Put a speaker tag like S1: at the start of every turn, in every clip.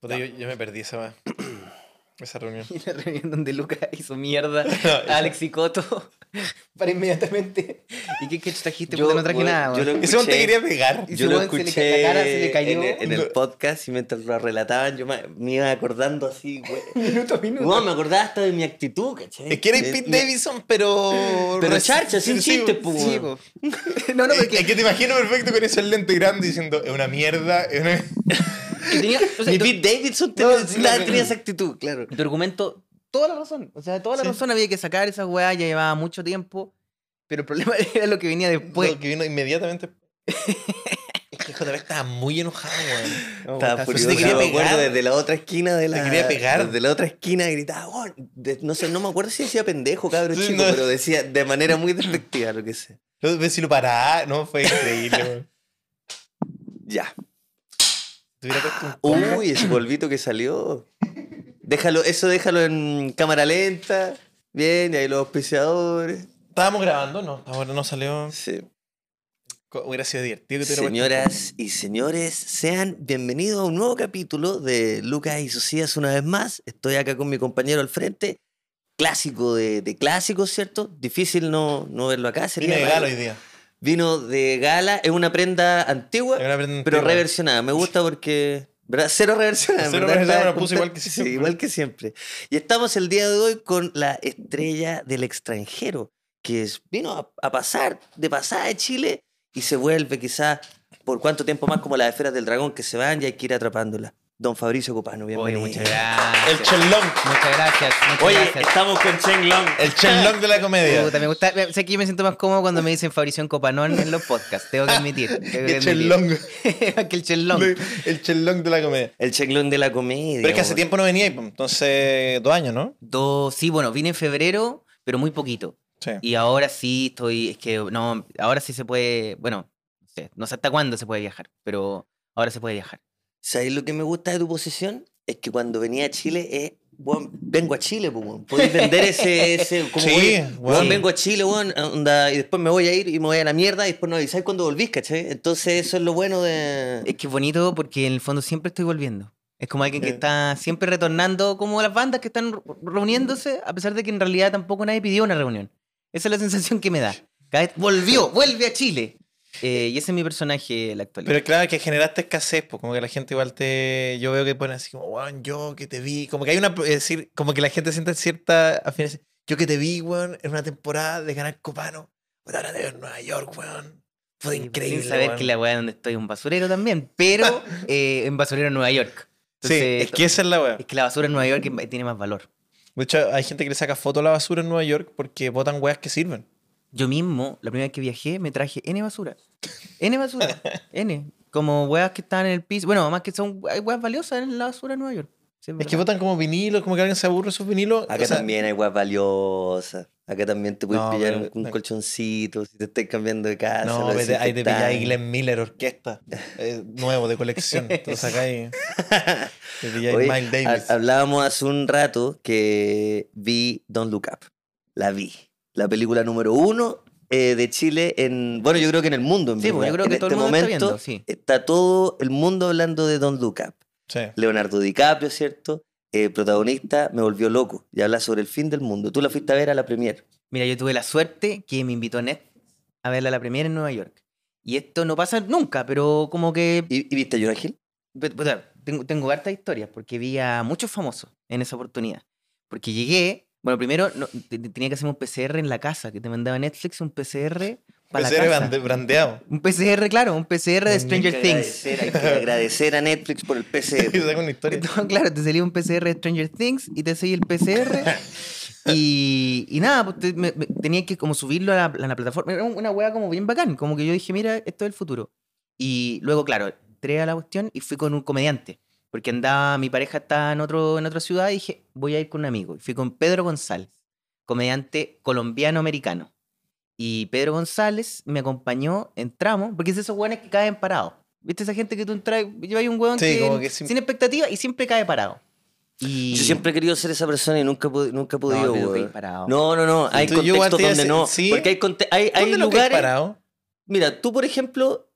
S1: Puta, yo, yo me perdí esa, weá. esa reunión.
S2: Y la reunión donde Lucas hizo mierda
S1: eso-
S2: a Alex y Coto para inmediatamente. ¿Y qué que trajiste?
S3: Yo,
S2: Puta, no traje
S3: weón,
S2: nada.
S3: yo
S2: weón.
S3: lo-
S1: Ese weón te quería pegar.
S2: Y
S3: Yo
S2: su
S3: lo
S2: weón se le ca-
S3: escuché
S2: la cara se le cayó.
S3: en, el- en el
S1: No.
S3: podcast y mientras lo relataban yo me, me iba acordando así, güey.
S2: Minuto a minuto.
S3: Weón, me acordaba hasta de mi actitud, ¿cachai?
S1: Es que era
S3: Me-
S1: Pete
S3: me-
S1: Davidson, pero.
S3: Pero
S1: res-
S3: charcha, sin
S1: sí,
S3: chiste,
S1: sí,
S3: po,
S2: Sí,
S3: weón.
S2: po. No, no,
S1: Es
S2: porque
S1: que, te imagino perfecto con ese lente grande diciendo, es una mierda. Es una...
S2: tenía, o sea,
S3: Mi
S2: tu,
S3: Pete Davidson
S1: No,
S3: tenía,
S1: sí,
S3: tenía
S1: no, no.
S3: esa actitud, claro.
S2: tu argumento, toda la razón. O sea, toda la
S1: Sí.
S2: razón había que sacar esas weas, ya llevaba mucho tiempo. Pero el problema era lo que venía después.
S1: Lo que vino inmediatamente. Pues- es que JP estaba muy enojado, weón.
S2: No,
S3: Estaba
S2: está
S1: furioso.
S3: furioso.
S1: Te quería
S3: me acuerdo
S1: pegar.
S3: desde la otra esquina de la.
S1: Te quería pegar.
S3: Desde la otra esquina gritaba, "Weón", de- no sé, no me acuerdo si decía pendejo, cabrón
S1: Sí,
S3: chico,
S1: no.
S3: pero decía de manera muy despectiva lo que sea.
S1: No, ves si lo paraba, no, fue increíble, weón.
S3: Ya.
S1: Te hubiera puesto un poco.
S3: Uy, ese polvito que salió. Déjalo, eso déjalo en cámara lenta. Bien, y ahí los auspiciadores.
S1: Estábamos grabando, no, ahora no salió.
S3: Sí.
S1: Co- Hubiera sido divertido que te hubiera puesto-
S3: Señoras y señores, sean bienvenidos a un nuevo capítulo de Lucas y Socias una vez más. Estoy acá con mi compañero al frente. Clásico de, de clásicos, ¿cierto? Difícil no, no verlo acá. Sería
S1: Vine de
S3: raro.
S1: gala hoy día.
S3: Vino de gala. Es una prenda antigua,
S1: Hay una prenda
S3: pero
S1: antigua.
S3: reversionada. Me gusta porque... ¿verdad? Cero reversionada.
S1: Cero
S3: ¿verdad?
S1: reversionada,
S3: Está
S1: me la puse
S3: comple-
S1: igual que
S3: sí,
S1: siempre.
S3: igual que siempre. Y estamos el día de hoy con la estrella del extranjero, que es- vino a, a pasar, de pasada de Chile, y se vuelve quizás por cuánto tiempo más como las esferas del dragón que se van y hay que ir atrapándolas. Don Fabricio Copano,
S2: Oye,
S3: bienvenido.
S2: muchas gracias.
S1: El chenlong.
S2: Muchas gracias. Muchas
S3: Oye,
S2: gracias.
S3: estamos con Cheng Long.
S1: El chenlong de la comedia.
S2: Puta, me gusta, me- sé que yo me siento más cómodo cuando me dicen Fabricio Copanón en los podcasts, tengo que admitir. tengo que
S1: El
S2: admitir.
S1: chenlong.
S2: que el chelón.
S1: El chenlong de la comedia.
S3: El Cheng Long de la comedia.
S1: Pero es que hace
S3: güey.
S1: tiempo no venía, pues, entonces dos años, ¿no?
S2: Dos, sí, bueno, vine en febrero, pero muy poquito.
S1: Sí.
S2: Y ahora sí estoy, es que no, ahora sí se puede, bueno, no sé, no sé hasta cuándo se puede viajar, pero ahora se puede viajar.
S3: ¿Sabes lo que me gusta de tu posición? Es que cuando venía a Chile es, weón, vengo a Chile, pues, weón. Podéis vender ese, ese como,
S1: Sí,
S3: oye,
S1: weón.
S3: weón, vengo a Chile, weón, eh, onda, y después me voy a ir y me voy a la mierda y después no avisáis cuándo volvís, ¿cachai? Entonces eso es lo bueno
S2: Es
S3: de...
S2: que es bonito porque en el fondo siempre estoy volviendo. Es como alguien que
S1: Sí.
S2: está siempre retornando, como las bandas que están re- reuniéndose, a pesar de que en realidad tampoco nadie pidió una reunión. Esa es la sensación que me da. Cada vez- volvió, vuelve a Chile. Eh, y ese es mi personaje en la actualidad.
S1: Pero claro, que generaste escasez, pues como que la gente igual te. Yo veo que ponen así como, weón, yo que te vi. Como que hay una. Es decir, como que la gente siente cierta. afinación. Yo que te vi, weón, en una temporada de Canal Copano. Puta, ahora te veo en Nueva York, weón. Fue
S2: pues, Sin
S1: increíble.
S2: saber
S1: weón".
S2: que la weá donde estoy es un basurero también, pero eh, en basurero en Nueva York.
S1: Sí,
S2: Entonces,
S1: es que esa es la weá.
S2: es que la basura en Nueva York es- tiene más valor.
S1: De hecho, hay gente que le saca foto a la basura en Nueva York porque botan weas que sirven.
S2: Yo mismo, la primera vez que viajé, me traje N basura. N basura. N. Como weas que están en el piso. Bueno, más que son hay weas valiosas en la basura en Nueva York. Sí,
S1: Es que
S2: verdad.
S1: botan como vinilos, como que alguien se aburre de sus vinilos.
S3: Acá
S1: O sea,
S3: también hay weas valiosas. Acá también te puedes
S1: No,
S3: pillar
S1: pero-
S3: un, un colchoncito si te estás cambiando de casa.
S1: No,
S3: Ah, lo
S1: vete, ahí te pilláis
S3: desinfectáis.
S1: Glenn Miller Orquesta. eh, nuevo, de colección. Entonces acá hay. Te pilláis
S3: Oye,
S1: Miles Davis.
S3: ha- Hablábamos hace un rato que vi Don't Look Up. La vi. La película número uno eh, de Chile en. Bueno, yo creo que en el mundo. En
S2: Sí, pues, yo creo
S3: verdad. En
S1: e-
S3: este
S2: que todo el
S1: este
S2: mundo está viendo, sí.
S3: está todo el mundo hablando de Don't Look Up.
S1: Sí.
S3: Leonardo DiCaprio, ¿cierto? Eh, protagonista, me volvió loco. Y habla sobre el fin del mundo. Tú la fuiste a ver a la premier.
S2: Mira, yo tuve la suerte que me invitó Netflix a verla la primera en Nueva York. Y esto no pasa nunca, pero como que
S3: ¿Y, y viste a Jonah Hill?
S2: Pe- puta, tengo, tengo hartas historias porque vi a muchos famosos en esa oportunidad. Porque llegué, bueno, primero no, te- te- tenía que hacer un PCR en la casa, que te mandaba Netflix un PCR para
S1: Ese era
S2: la
S1: brande-
S2: casa.
S1: brandeado.
S2: Un PCR, claro, un PCR de
S1: Hay
S3: Hay
S2: Stranger
S3: que
S2: Things.
S3: agradecer, hay que agradecer a Netflix por el
S1: Y
S3: PC.
S1: saca una historia.
S2: No, claro, te salía un PCR de Stranger Things y te salía el PCR. y, y nada, pues, te- me- me- tenía que como subirlo a la, a la plataforma. Era una hueá como bien bacán. Como que yo dije, mira, esto es el futuro. Y luego, claro, entré a la cuestión y fui con un comediante. Porque andaba, mi pareja estaba en, otro, en otra ciudad y dije, voy a ir con un amigo. Y fui con Pedro González, comediante colombiano-americano. Y Pedro González me acompañó, entramos, porque es esos hueones que caen parados. ¿Viste esa gente que tú entras, y- lleva ahí un hueón
S1: Sí,
S2: que,
S1: como que sim-
S2: sin expectativa y siempre cae parado? Y...
S3: Yo siempre he querido ser esa persona y nunca, he pod- nunca
S2: No,
S3: he podido.
S2: pero tú
S3: weón.
S2: caes parado.
S3: No, no, no. Hay
S1: Ah, Entonces, yo igual
S3: contextos
S1: te iba a
S3: donde
S1: decir-
S3: no.
S1: sí.
S3: Porque hay, conte- hay, hay
S1: ¿Dónde lo que hay
S3: lugares.
S1: parado?
S3: Mira, tú, por ejemplo,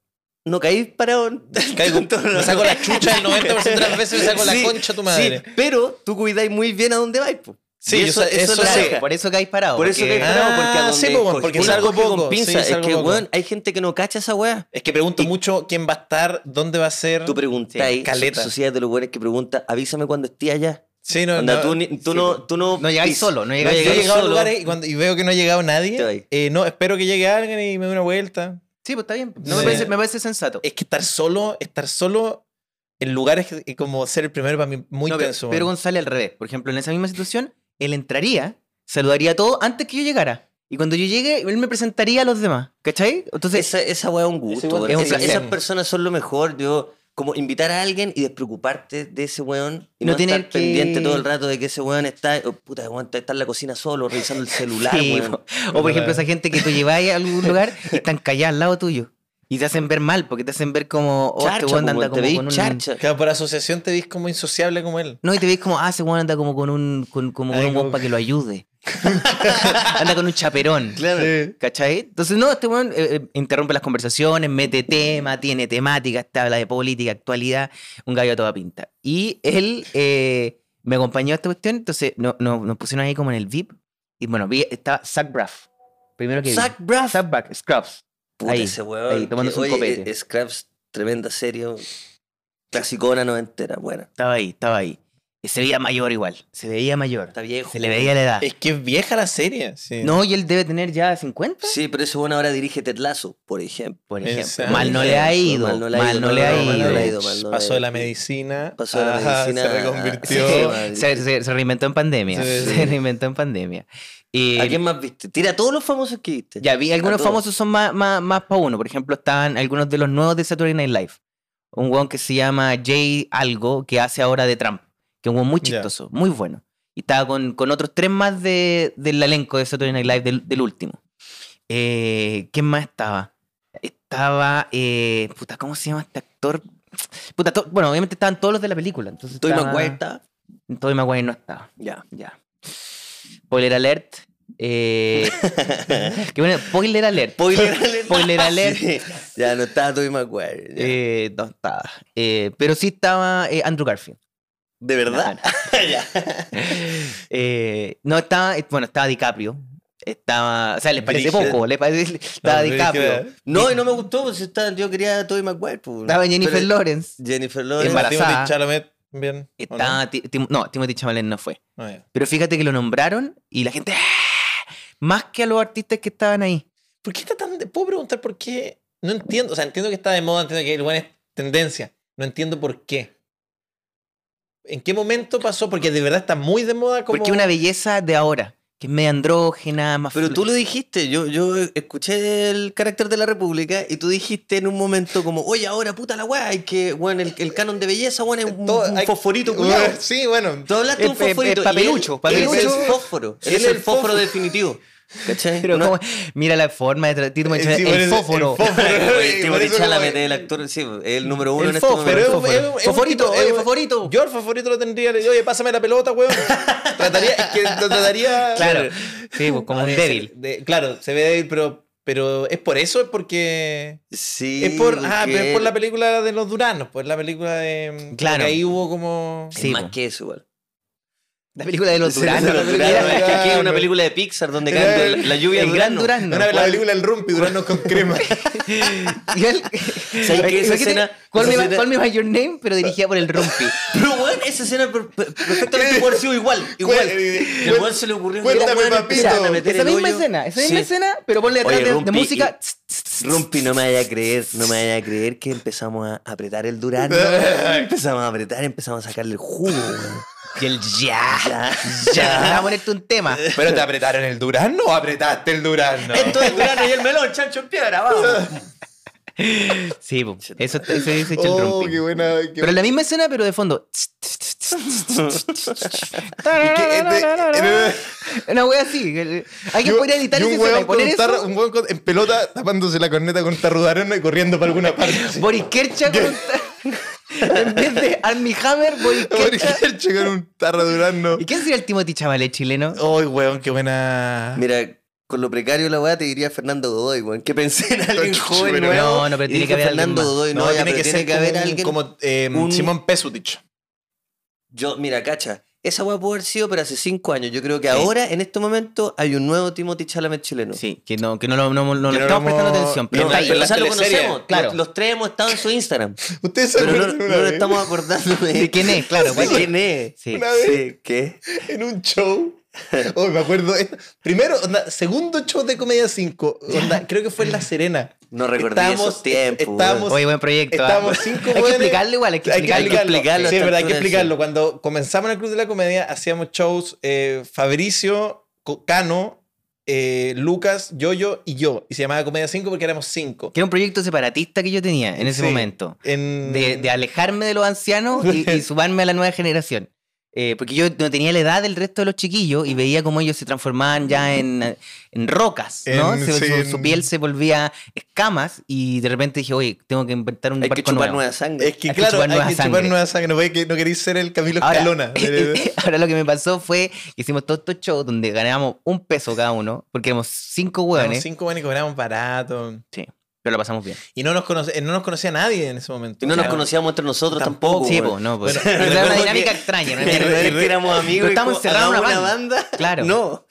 S3: no caí parado. en-
S1: Caigo,
S3: en torno-
S1: me saco la chucha el 90% de las veces, me saco la
S3: Sí,
S1: concha a tu madre.
S3: Sí, pero tú cuidáis muy bien a dónde vais. po.
S1: Sí,
S3: Y
S1: yo sa- eso
S3: es la
S1: sí.
S3: raja.
S2: Por eso caes parado.
S3: Por eso
S2: porque-
S3: que parado, porque a
S1: Ah,
S3: donde
S1: sí, po, weón,
S3: co-
S1: porque
S3: uno
S1: salgo
S3: coge con
S1: poco,
S3: pinza.
S1: sí,
S3: es
S1: salgo
S3: que,
S1: poco.
S3: weón, hay gente que no cacha esa weá.
S1: Es que pregunto
S3: Y-
S1: mucho quién va a estar, dónde va a ser.
S3: Tú preguntas,
S1: Sí, caleta.
S3: sociedad de los weones que pregunta, avísame cuando esté allá.
S1: Sí, no,
S3: Onda,
S1: no.
S3: tú, ni- tú
S1: sí.
S3: no, tú no.
S2: No llegáis
S3: pis-
S2: solo, no
S1: Yo he
S2: llegáis solo.
S1: llegado a
S3: solo.
S1: lugares y, cuando- y veo que no ha llegado
S3: Te
S1: nadie.
S3: voy.
S1: eh, no, espero que llegue alguien y me dé una vuelta.
S2: Sí, pues está bien. No
S1: Sí.
S2: me, parece, me parece sensato.
S1: Es que estar solo, estar solo en lugares que- y como ser el primero para mí muy
S2: No, pero,
S1: tenso.
S2: pero
S1: weón.
S2: González al revés. Por ejemplo, en esa misma situación, él entraría, saludaría a todos antes que yo llegara. Y cuando yo llegue, él me presentaría a los demás. ¿Cachai? Entonces,
S3: Esa, esa weá es un
S1: Ese
S3: gusto.
S1: weón
S3: weón.
S1: es un
S3: Esa-
S1: placer.
S3: esas personas son lo mejor. Yo, como invitar a alguien y despreocuparte de ese weón y
S2: No
S3: no,
S2: tener
S3: estar
S2: que-
S3: pendiente todo el rato de que ese weón está. oh, puta, weón, está en la cocina solo, revisando el celular,
S2: Sí,
S3: weón.
S2: po. o por ejemplo, esa gente que tú lleváis a algún lugar y están calladas al lado tuyo. Y te hacen ver mal, porque te hacen ver como, oh,
S3: Charcha,
S2: este weón
S3: po,
S2: anda
S3: weón, te
S2: como
S3: veis
S2: con un...
S3: charcha.
S1: Claro, por asociación te ves como insociable como él.
S2: No, y te veis como, ah, ese weón anda como con un, con, como con
S1: Ay,
S2: un weón
S1: como-
S2: para que lo ayude. anda con un chaperón.
S1: Sí.
S2: ¿Cachai? Entonces, no, este weón eh, eh, interrumpe las conversaciones, mete tema, tiene temáticas, te habla de política, actualidad, un gallo a toda pinta. Y él eh, me acompañó a esta cuestión, entonces no, no- nos pusieron ahí como en el VIP. Y bueno, vi, estaba Zach Braff. Primero que vi.
S3: Zach Braff.
S2: Zach Braff, Scrubs.
S3: Puta,
S2: Ahí,
S3: ese weón.
S2: ahí, tomándose
S3: que,
S2: un
S3: oye,
S2: copete.
S3: eh, Scraps, tremenda serie. Clasicona noventera, buena.
S2: Estaba ahí, estaba ahí. Y se veía mayor igual, se veía mayor.
S3: Está viejo.
S2: Se le veía la edad.
S1: Es que es vieja la serie. Sí.
S2: No, y él debe tener ya 50,
S3: Sí, pero ese weón ahora dirige Ted Lasso, por ejemplo.
S2: por
S1: Ese-
S2: ejemplo. Mal no le ha
S3: Mal
S2: ido, mal no le ha ido.
S3: no, mal no le ha ido.
S1: Pasó de la medicina.
S3: Pasó de la
S1: ajá,
S3: medicina
S1: Se
S3: a-
S1: reconvirtió.
S3: Sí,
S2: Sí, se, se- se reinventó en pandemia.
S1: Sí, sí.
S2: Se reinventó en pandemia. Y
S3: ¿A quién más viste? Tira a todos los famosos que viste.
S2: ya vi,
S3: A
S2: algunos
S3: todos.
S2: famosos son más, más, más para uno. Por ejemplo, están algunos de los nuevos de Saturday Night Live. Un weón que se llama Jay Algo, que hace ahora de Trump. Que es un weón muy
S1: Ya.
S2: chistoso, muy bueno. Y estaba con, con otros tres más de- del elenco de Saturday Night Live del, del último. Eh, ¿Quién más estaba? Estaba. eh, puta, ¿cómo se llama este actor? Puta, to- bueno, obviamente estaban todos los de la película. Entonces
S3: Estoy
S2: estaba-
S3: más guaita.
S2: Tobey Maguire no estaba.
S3: Ya.
S2: Ya. Spoiler alert. Eh, qué bueno, spoiler alert.
S3: Spoiler alert. Ah,
S2: Spoiler alert.
S3: Sí. Ya no estaba Tobey Maguire. ya.
S2: Eh, no estaba. Eh, pero sí estaba eh, Andrew Garfield.
S3: ¿De verdad? Ya.
S2: Eh, no estaba, eh, bueno, estaba DiCaprio. Estaba, o sea, les parece
S1: Brígido.
S2: poco, les parece, estaba
S1: brígido.
S2: DiCaprio.
S3: No, y no me gustó. Pues, está- yo quería a Tobey Maguire. pues.
S2: Estaba Jennifer
S3: Pero-
S2: Lawrence.
S3: Jennifer
S1: Bueno,
S3: Lawrence.
S2: Embarazada.
S1: Timothée Chalamet, bien. ¿o no?
S2: Estaba Ti- Tim- no, Timothy Chamberlain no fue.
S1: Ah, ya.
S2: Pero fíjate que lo nombraron y la gente, ¡ah! más que a los artistas que estaban ahí.
S1: ¿Por qué está tan.? De... Puedo preguntar por qué. No entiendo. O sea, entiendo que está de moda, entiendo que el buen es tendencia. No entiendo por qué. ¿En qué momento pasó? Porque de verdad está muy de moda como.
S2: Porque una belleza de ahora, que es media andrógena, más
S3: Pero
S2: flu-
S3: tú lo dijiste, yo, yo escuché el carácter de la República y tú dijiste en un momento como, oye, ahora puta la weá, hay que, weón, el, el canon de belleza, weón, es un,
S1: Todo-
S3: un
S1: hay-
S3: fosforito,
S1: Bueno,
S3: culiao".
S1: Sí, bueno.
S3: Tú hablaste de un
S2: Es- es- es
S3: fosforito. y él-
S2: papelucho, papelucho.
S3: Él es el fósforo, él es el fósforo definitivo. ¿Cachai?
S2: Pero
S3: No-
S2: cómo- mira la forma de tratar
S1: Sí, bueno,
S2: el
S1: es-
S2: fósforo.
S1: el fósforo.
S3: Oye,
S1: Por
S3: Timothée
S1: eso como-
S3: Chalamet, el actor, sí, es el número uno
S2: El
S3: en este
S2: fósforo,
S1: Pero
S3: momento.
S1: es un- es un- es un
S2: Favorito,
S1: tipo-
S2: oye,
S1: es un-
S2: favorito.
S1: Yo el favorito lo tendría. le digo, Oye, pásame la pelota, weón. trataría. Es que lo trataría.
S2: Claro. Sí, pues, como un
S1: de-
S2: débil.
S1: de- claro, se ve débil, pero, pero es por eso, es porque.
S3: Sí,
S1: Es por, ah, pero
S3: porque
S1: es por la película de los Duranos, pues la película de.
S2: Claro.
S1: Porque ahí hubo como.
S3: es
S2: Sí,
S3: más
S2: po.
S3: que eso, igual.
S2: La película de los
S1: Sí,
S2: Duranos.
S1: de los
S2: Mira,
S1: Duranos.
S3: Es que aquí es una
S1: claro.
S3: película de Pixar donde
S1: Era
S3: cae
S1: el-
S3: la lluvia
S2: el
S3: del
S2: gran
S3: grano.
S2: Durazno.
S1: Una, la película El Rumpi, Duranos con crema.
S2: y él-
S3: qué? Esa
S2: Imagínate,
S3: escena-
S2: Call me
S3: esa
S2: by-
S3: escena-
S2: Call me by your name, pero dirigida por el Rumpi.
S3: Pero, weón, esa escena per- per- perfectamente puede haber sido igual. Igual. Y al weón se le ocurrió que
S1: Cuéntame,
S3: los weones
S1: papito.
S3: empezaron a meter
S2: Esa
S3: el
S2: misma
S3: hoyo.
S2: escena, esa misma
S3: Sí.
S2: escena, pero ponle atrás
S3: Oye,
S2: de, de
S3: Rumpi,
S2: música.
S3: Rumpi, no me vaya a creer, no me vaya a creer que empezamos a apretar el durano. empezamos a apretar, empezamos a sacarle el jugo, weón.
S2: Y el ya,
S3: Ya.
S2: ya. Vamos a ponerte un tema.
S1: pero te apretaron el Durano o apretaste el Durano.
S3: Esto es el durano y el melón, chancho en piedra, vamos.
S2: Sí, po. eso eso dice hecho el
S1: oh,
S2: Rumpi.
S1: qué buena. qué
S2: Pero la misma escena, pero de fondo.
S1: buena.
S2: Una wea así. el- Hay que poder editar
S1: y
S2: esa
S1: un
S2: escena y
S1: hueón con
S2: poner
S1: un tarro-
S2: eso.
S1: un hueón con- en pelota tapándose la corneta con tarro de arena y corriendo para alguna parte. así.
S2: Boris Kercha con un tar- En vez de Armie Hammer, Boris
S1: Boris
S2: Kercha.
S1: Kerch con un tarro de Durano.
S2: ¿Y quién sería el Timothy Chalamet chileno?
S1: Ay, hueón, qué buena.
S3: Mira, con lo precario de la weá, te diría Fernando Godoy, weón. Que pensé en alguien
S1: Chuchu,
S3: joven,
S1: pero
S3: nuevo,
S2: no, no, pero
S3: y
S2: tiene
S3: dije,
S2: que haber alguien
S3: Fernando
S2: más.
S3: Godoy, no, ya, pero tiene que haber alguien.
S1: como eh,
S3: un-
S1: Simón Pesutich.
S3: Yo, mira, cacha, esa weá pudo haber sido, pero hace cinco años. Yo creo que ahora, en este momento, hay un nuevo Timothy Chalamet chileno.
S2: Sí, que no, que no, lo- no- no le
S1: no lo
S2: estamos
S1: hemos-
S2: prestando atención. Pero
S1: no,
S2: está ahí.
S1: pero
S3: o sea,
S1: las
S3: lo
S1: teleseries,
S3: conocemos.
S2: claro.
S3: Los, los tres hemos estado en su Instagram.
S1: Ustedes se
S3: pero no,
S1: acuerdan
S3: no
S1: una
S3: nos
S1: vez?
S3: estamos acordando de,
S2: ¿De quién es? Claro,
S3: ¿De
S2: ¿cuál es?
S3: quién es?
S2: Sí.
S1: Una vez.
S3: Sí, ¿qué?
S1: en un show. Hoy me acuerdo. esto. Primero, onda, segundo show de Comedia 5. onda, creo que fue en La Serena.
S3: No recordé esos tiempos,
S1: Estábamos,
S2: Oye, buen proyecto. ah.
S1: estábamos cinco
S2: Hay que
S1: hueones-
S2: explicarlo igual, hay que explicarlo.
S3: hay que explicarlo a
S1: Sí, es
S3: esta
S1: verdad, hay que
S3: altura,
S1: explicarlo. Cuando comenzamos en el Club de la Comedia, hacíamos shows eh, Fabricio, Co- Cano, eh, Lucas, Yoyo y yo. Y se llamaba Comedia 5 porque éramos cinco.
S2: Que era un proyecto separatista que yo tenía en ese
S1: Sí.
S2: momento.
S1: En-
S2: De, de alejarme de los ancianos y, y sumarme a la nueva generación. Eh, porque yo no tenía la edad del resto de los chiquillos y veía cómo ellos se transformaban ya en, en rocas, ¿no?
S1: En-
S2: Se-
S1: sí,
S2: su,
S1: en-
S2: su piel se volvía escamas y de repente dije, oye, tengo que inventar un
S3: Hay que
S2: barco
S3: chupar
S2: nuevo".
S3: nueva sangre.
S1: es que,
S2: hay que
S1: claro,
S2: chupar nueva
S1: hay que chupar
S2: sangre.
S1: nueva sangre. No, puede que- no queréis ser el Camilo Escalona. Eh,
S2: ahora lo que me pasó fue que hicimos todos estos shows donde ganábamos un peso cada uno, porque éramos cinco
S1: Éramos
S2: hueones,
S1: cinco buenos y cobrábamos barato.
S2: pero la pasamos bien.
S1: Y no nos, conoce, eh, no nos conocía nadie en ese momento.
S3: Y no nos
S1: Claro.
S3: conocíamos entre nosotros tampoco.
S2: Sí,
S3: weón.
S2: po, no, pues.
S1: Bueno,
S2: Pero era una
S3: recuerdo
S2: dinámica
S3: que-
S2: extraña, ¿no?
S3: Pero no era que éramos amigos.
S2: Pero
S3: y
S2: estamos
S3: como,
S2: encerrados en
S3: hagamos
S2: una
S3: una banda.
S2: Claro.
S3: No.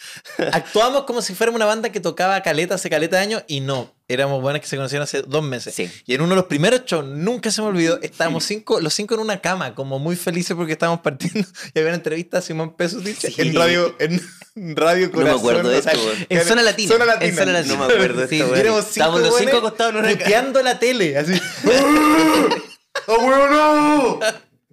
S1: Actuamos como si fuéramos una banda que tocaba caleta hace caleta de años y no. Éramos buenas que se conocieron hace dos meses.
S2: Sí.
S1: Y en uno de los primeros shows, nunca se me olvidó, estábamos cinco, los cinco en una cama, como muy felices porque estábamos partiendo. Y había una entrevista a Simón Pesos, dice,
S2: Sí.
S1: en radio, en, en radio
S3: No me acuerdo de
S1: o sea,
S3: esto, weón.
S2: En zona latina.
S1: Zona latina.
S2: En zona latina.
S3: No me acuerdo de
S2: Sí,
S3: esta
S1: Y
S3: weá.
S1: éramos cinco
S3: Estábamos los cinco
S1: buenos
S3: acostados en una cama.
S1: puteando la tele, así. ¡Oh, weón, no!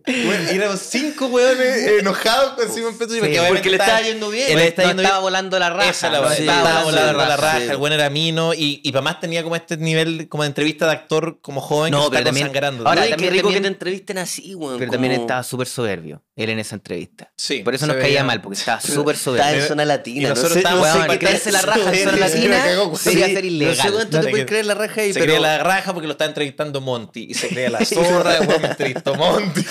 S1: Bueno, y éramos cinco weones enojados con Simón Pesos.
S2: Sí,
S3: Porque le estaba yendo bien.
S1: Él
S2: No
S1: está yendo
S2: estaba
S1: bien.
S2: volando la raja.
S1: Esa la
S2: no
S1: verdad.
S3: sí,
S1: estaba
S3: estaba
S1: volando
S3: volando
S1: la
S3: la
S1: raja,
S3: raja,
S1: el buen era mino y, y para más tenía como este nivel como de entrevista de actor como joven
S2: No,
S1: que se
S2: pero
S1: está
S2: también-
S1: consangrando.
S2: ahora,
S1: ¿no?
S3: Ay, qué
S2: también-
S3: rico
S2: también-
S3: que te entrevisten así, weón.
S2: Pero también
S3: como-
S2: estaba súper soberbio él en esa entrevista.
S1: Sí,
S2: Por eso
S1: se
S2: nos
S1: veía-
S2: caía mal, porque estaba súper
S3: Estaba en
S2: soberbio.
S3: zona
S1: Y
S3: latina.
S1: nosotros
S3: no sé-
S1: estábamos
S3: no sé
S1: sin
S3: qué
S2: Weón,
S1: quitarse
S2: creerse la
S3: tan
S2: raja en zona
S3: soberbio.
S1: Sí, me
S2: latina
S1: cagó,
S2: sería
S3: Sí,
S2: ser
S3: No sé
S2: ilegal.
S3: cuánto te
S1: Dale
S3: puedes
S1: que-
S3: creer la raja ahí,
S1: se
S3: pero...
S1: creía la raja porque lo estaba entrevistando Monty y se creía la zorra, después me entrevistó Monty.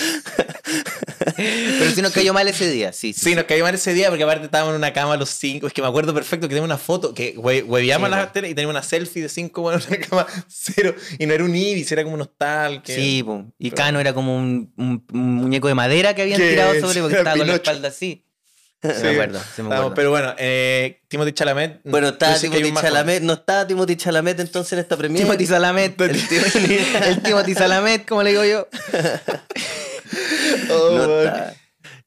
S2: Pero sí nos cayó mal ese día, sí. sí.
S1: Sí, nos caímos mal ese día porque aparte estábamos en una cama los cinco. Es que me acuerdo perfecto que tenemos una foto que hue- hueveamos
S2: Sí,
S1: las
S2: bueno.
S1: arterias y teníamos una selfie de cinco bueno, en una cama cero. Y no era un ibis, era como un hostal. Que...
S2: Sí, po. y
S1: Pero-
S2: Cano era como un, un- un muñeco de madera que habían
S1: Que
S2: tirado sobre porque
S1: era
S2: estaba con la
S1: Pinocho.
S2: espalda así. Se
S1: Sí.
S2: me acuerdo, se me
S1: Estábamos-
S2: acuerdo.
S1: pero bueno, eh, Timothy Chalamet.
S3: Bueno, estaba
S1: yo sé que hay
S3: Timothy
S1: un más joven.
S3: Chalamet. No estaba Timothy Chalamet entonces en esta premiere.
S2: Timothy Salamet, el, Tim- el Timothy Salamet, como le digo yo.
S1: Oh,
S3: No
S1: bueno.
S3: estaba.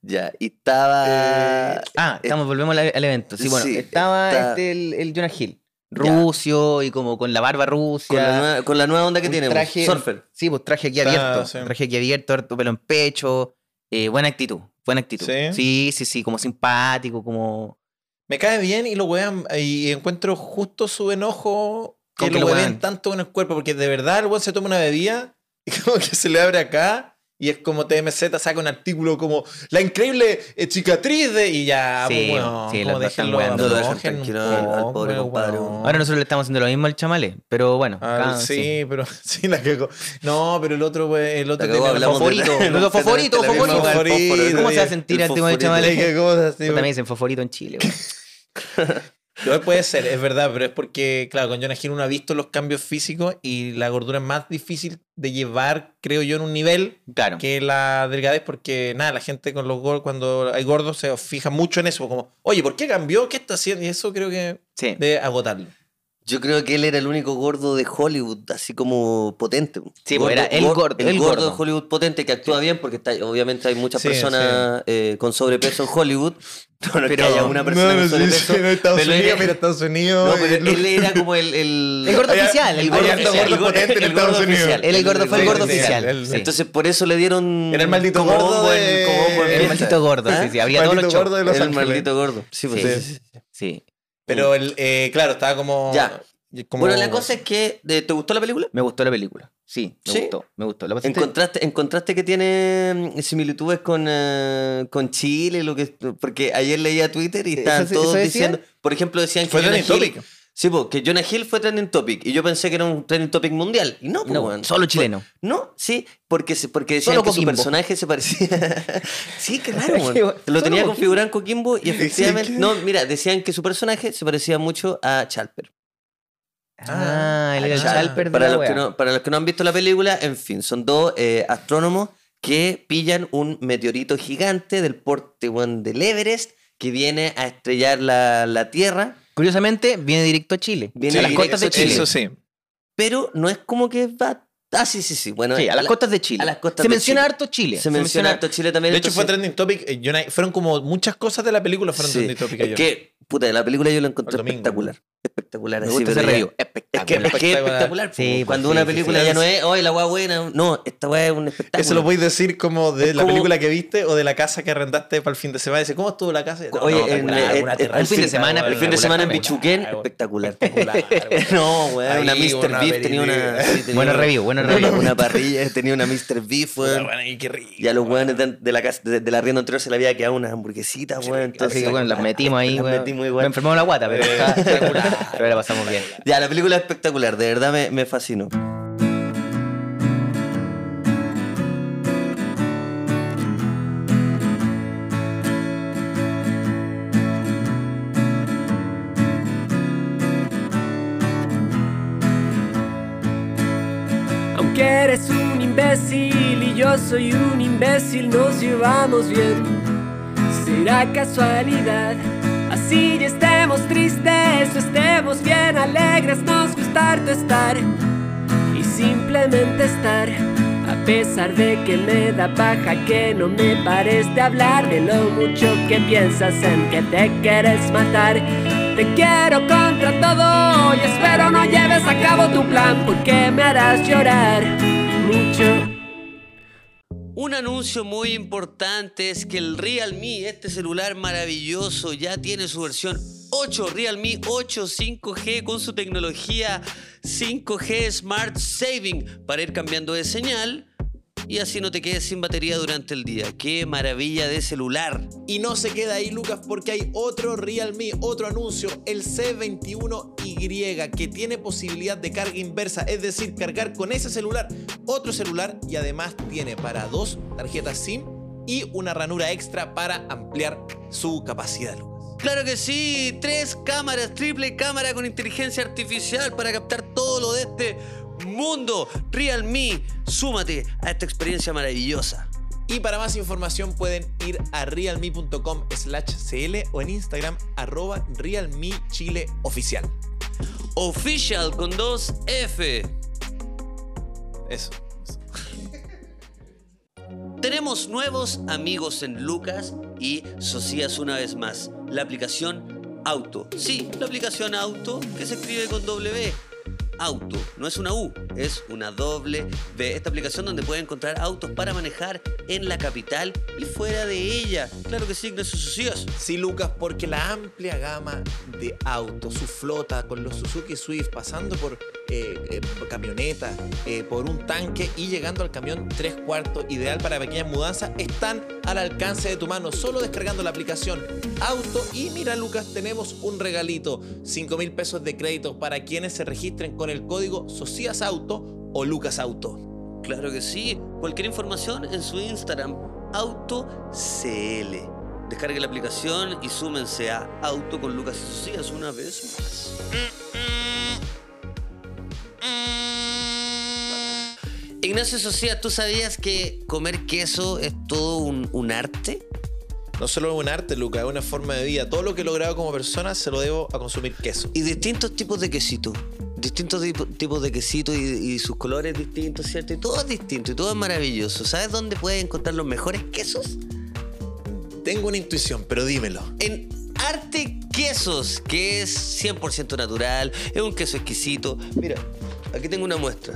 S3: Ya, y estaba...
S2: Ah, estamos, volvemos al, al evento. Sí, bueno,
S3: sí,
S2: estaba
S3: está-
S2: este, el, el Jonah Hill,
S3: Ya.
S2: rucio y como con la barba
S3: Con, la
S2: rucia.
S3: nueva, con la nueva onda que
S2: un
S3: tiene.
S2: traje-
S3: Surfer.
S2: Sí, pues traje aquí
S1: Está,
S2: abierto,
S1: sí.
S2: traje aquí abierto, harto pelo en pecho, eh, buena actitud, buena actitud.
S1: Sí.
S2: sí, sí, sí, como simpático, como...
S1: Me cae bien y lo wean. Y encuentro justo su enojo. Que
S2: Con que
S1: lo
S2: lo
S1: wean
S2: wean.
S1: tanto en el cuerpo. Porque de verdad el weón se toma una bebida y como que se le abre acá. Y es como TMZ saca un artículo como la increíble eh, cicatriz de. Y ya,
S2: Sí,
S1: pues, weón,
S2: sí,
S1: como
S2: lo están
S1: déjenlo,
S2: weando,
S3: lo dejan
S1: aflojen un
S3: tranquilo al- al pobre
S1: poco,
S3: compadre,
S1: weón.
S3: weón.
S2: Ahora nosotros le estamos haciendo lo mismo al chamale, pero bueno.
S1: Ah,
S2: cada-
S1: sí, pero sí la cagó. No, pero el otro, we- el otro
S3: La cagó, hablamos de
S1: favorito.
S3: la-
S1: Luego favorito,
S3: exactamente la misma
S1: favorito.
S3: weá, el fósforo.
S2: ¿Cómo se va a
S1: El
S2: sentir este el tema del
S3: fosforito.
S2: chamale?
S1: Le dije, ¿cómo se hace?
S2: Puta, me dicen fosforito en Chile. güey.
S1: Igual puede ser, es verdad, pero es porque, claro, con Jonah Hill uno ha visto los cambios físicos y la gordura es más difícil de llevar, creo yo, en un nivel
S2: Claro.
S1: que la delgadez, porque nada, la gente con los gordos, cuando hay gordos, se fija mucho en eso, como, oye, ¿por qué cambió? ¿Qué está haciendo? Y eso creo que
S2: Sí.
S1: debe agotarlo.
S3: Yo creo que él era el único gordo de Hollywood, así como potente.
S2: Sí, pues, era el
S3: gor-
S2: gordo,
S3: El,
S2: el
S3: gordo,
S2: gordo.
S3: de Hollywood potente que actúa bien, porque está, obviamente hay muchas
S1: Sí,
S3: personas eh, con sobrepeso en Hollywood. No, no es que
S2: Pero-
S3: haya una persona con sobrepeso.
S1: Estados
S3: pero él era-
S1: Estados
S3: No,
S1: Unidos.
S2: eh,
S3: pero él, él era como el. El,
S2: El gordo
S1: Allá-
S2: oficial, el
S1: allá
S2: gordo
S1: anda
S2: oficial.
S1: gordo
S2: El gordo-
S1: potente en
S3: el
S1: Estados
S3: gordo
S1: Unidos.
S3: oficial.
S2: el gordo fue el
S1: Sí,
S2: gordo
S1: sí,
S2: oficial.
S1: el-
S2: sí.
S3: Entonces por eso le dieron.
S1: Era el maldito
S3: como
S1: gordo
S3: bombo
S1: de-
S3: en- como
S1: El
S3: bombo en
S2: El
S3: fiesta. ¿Ah?
S2: maldito gordo, sí, sí. Había todos los
S1: Maldito
S2: shows.
S1: gordo de Los
S3: Era el
S1: Ángeles.
S3: maldito gordo. Sí, pues,
S2: Sí.
S3: sí, sí, sí.
S2: Sí.
S1: Pero el, eh, claro, estaba como...
S3: Ya.
S1: como-
S3: Bueno, la cosa es que. de- ¿Te gustó la película?
S2: Me gustó la película. Sí, me
S3: ¿Sí?
S2: gustó. Me gustó. ¿La pasaste?
S3: Encontraste, encontraste que tiene mm, similitudes con, eh, con Chile, lo que, porque ayer leía Twitter y
S2: ¿Eso
S3: estaban
S2: se-
S3: todos
S2: ¿E-, eso decían?
S3: diciendo, por ejemplo, decían que
S1: Fue
S3: Jonah
S1: Trending
S3: Hill,
S1: Topic.
S3: Sí, porque Jonah Hill fue trending topic y yo pensé que era un trending topic mundial. Y no, po,
S2: No,
S3: weón.
S2: solo
S3: Fue-
S2: chileno.
S3: No, sí, porque, se- porque decían
S2: Solo
S3: que su
S2: Coquimbo.
S3: personaje se parecía. sí, claro, weón.
S2: Qué bueno.
S3: Lo
S2: Solo
S3: tenía
S2: Coquimbo.
S3: configurado en Coquimbo y efectivamente.
S4: que-
S3: No, mira, decían que su personaje se parecía mucho a Chalper.
S2: Ah, el,
S4: Ah,
S2: el
S4: ya.
S2: Chalper de
S3: Para
S2: la
S3: los,
S2: wea.
S3: que no, para los que no han visto la película, en fin, son dos eh, astrónomos que pillan un meteorito gigante del porte weón, del Everest que viene a estrellar la, la Tierra.
S2: Curiosamente, viene directo a Chile.
S3: Viene
S2: a las
S3: directo
S2: costas de
S3: a
S2: Chile.
S4: Eso sí.
S3: Pero no es como que va. Ah, sí, sí, sí. Bueno,
S2: Sí, a las
S3: la-
S2: costas de Chile.
S3: a las costas
S2: se
S3: de
S2: menciona
S3: Chile.
S2: harto Chile.
S3: se menciona harto Chile también.
S4: De hecho, fue trending
S3: entonces-
S4: topic. eh, Jonah- fueron como muchas cosas de la película fueron
S3: Sí,
S4: trending topic.
S3: Es
S4: ayer.
S3: que, puta, la película yo la
S4: El
S3: encontré
S4: domingo.
S3: espectacular. Espectacular.
S2: Me
S3: así,
S2: gusta ese
S3: pero ya-
S2: review.
S3: Es que es,
S2: Espectacular.
S3: que es espectacular.
S2: Sí,
S3: po.
S2: pues,
S3: Cuando
S2: sí,
S3: una
S2: sí,
S3: película
S4: sí.
S3: ya no es, oye, la weá buena. No, esta weá es un espectáculo.
S4: Eso lo podéis decir como de
S3: Es
S4: la
S3: como-
S4: película que viste o de la casa que arrendaste para el fin de semana. Dice, ¿cómo estuvo la casa?
S3: Oye, en-
S1: eh,
S3: en- en-
S4: terracita,
S3: el fin de
S2: semana,
S4: weón,
S3: El fin de
S4: una
S3: semana en
S4: terraza,
S3: Pichuquén,
S4: weón.
S3: espectacular.
S4: Espectacular, weón.
S3: No, weá,
S4: Ahí,
S3: una Mr.
S4: una
S3: Beef tenía una.
S4: aperitivo.
S3: sí, tenía
S2: Bueno,
S3: una-
S2: review, bueno,
S3: una-
S2: review.
S3: Una parrilla, tenía una Mr. Beef, weón.
S4: Puta, weón, qué rico.
S3: Y a los weones de, de la casa, de, de la rienda anterior se le había quedado unas hamburguesitas, weón. Entonces,
S2: Así que bueno, las metimos ahí,
S3: Las
S2: weón.
S3: metimos
S2: Me
S3: igual.
S2: enfermamos la guata, pero,
S4: Eh,
S2: está- pero la pasamos bien.
S3: Ya, la película es espectacular, de verdad me, me fascinó.
S5: Aunque eres un imbécil y yo soy un imbécil, nos llevamos bien. Será casualidad. Así ya estemos tristes o estemos bien alegres, nos gusta harto estar y simplemente estar. A pesar de que me da paja que no me pares de hablar de lo mucho que piensas en que te quieres matar. Te quiero contra todo y espero no lleves a cabo tu plan porque me harás llorar mucho.
S3: Un anuncio muy importante es que el Realme, este celular maravilloso, ya tiene su versión 8, Realme 8 5G con su tecnología 5G Smart Saving para ir cambiando de señal y así no te quedes sin batería durante el día. ¡Qué maravilla de celular!
S1: Y no se queda ahí, Lucas, porque hay otro Realme, otro anuncio, el C21Y, que tiene posibilidad de carga inversa, es decir, cargar con ese celular otro celular y además tiene para dos tarjetas SIM y una ranura extra para ampliar su capacidad, Lucas.
S3: Claro que sí, tres cámaras, triple cámara con inteligencia artificial para captar todo lo de este mundo. Realme, súmate a esta experiencia maravillosa.
S1: Y para más información pueden ir a realme.com slash cl o en Instagram arroba realme chile oficial.
S3: Official con dos F.
S4: Eso.
S3: Tenemos nuevos amigos en Lucas y Socias una vez más. La aplicación Auto. Sí, la aplicación Auto que se escribe con W. Auto, no es una U, es una doble B. Esta aplicación donde puede encontrar autos para manejar en la capital y fuera de ella. Claro que sí, Ignacio Socias.
S1: Sí, Lucas, porque la amplia gama de autos, su flota con los Suzuki Swift, pasando por, eh, eh, por camionetas, eh, por un tanque y llegando al camión tres cuartos, ideal para pequeñas mudanzas, están al alcance de tu mano, solo descargando la aplicación Auto. Y mira, Lucas, tenemos un regalito: 5 mil pesos de crédito para quienes se registren con el código Socias Auto o Lucas Auto.
S3: Claro que sí. Cualquier información en su Instagram, AutoCL. Descargue la aplicación y súmense a Auto con Lucas y Socias una vez más. Ignacio Socias, ¿tú sabías que comer queso es todo un, un arte?
S1: No solo es un arte, Lucas, es una forma de vida. Todo lo que he logrado como persona se lo debo a consumir queso.
S3: Y distintos tipos de quesitos. Distintos tipo- tipos de quesitos y, y sus colores distintos, ¿cierto? Y todo es distinto y todo es maravilloso. ¿Sabes dónde puedes encontrar los mejores quesos?
S1: Tengo una intuición, pero dímelo.
S3: en Arte Quesos, que es 100% natural, es un queso exquisito. Mira, aquí tengo una muestra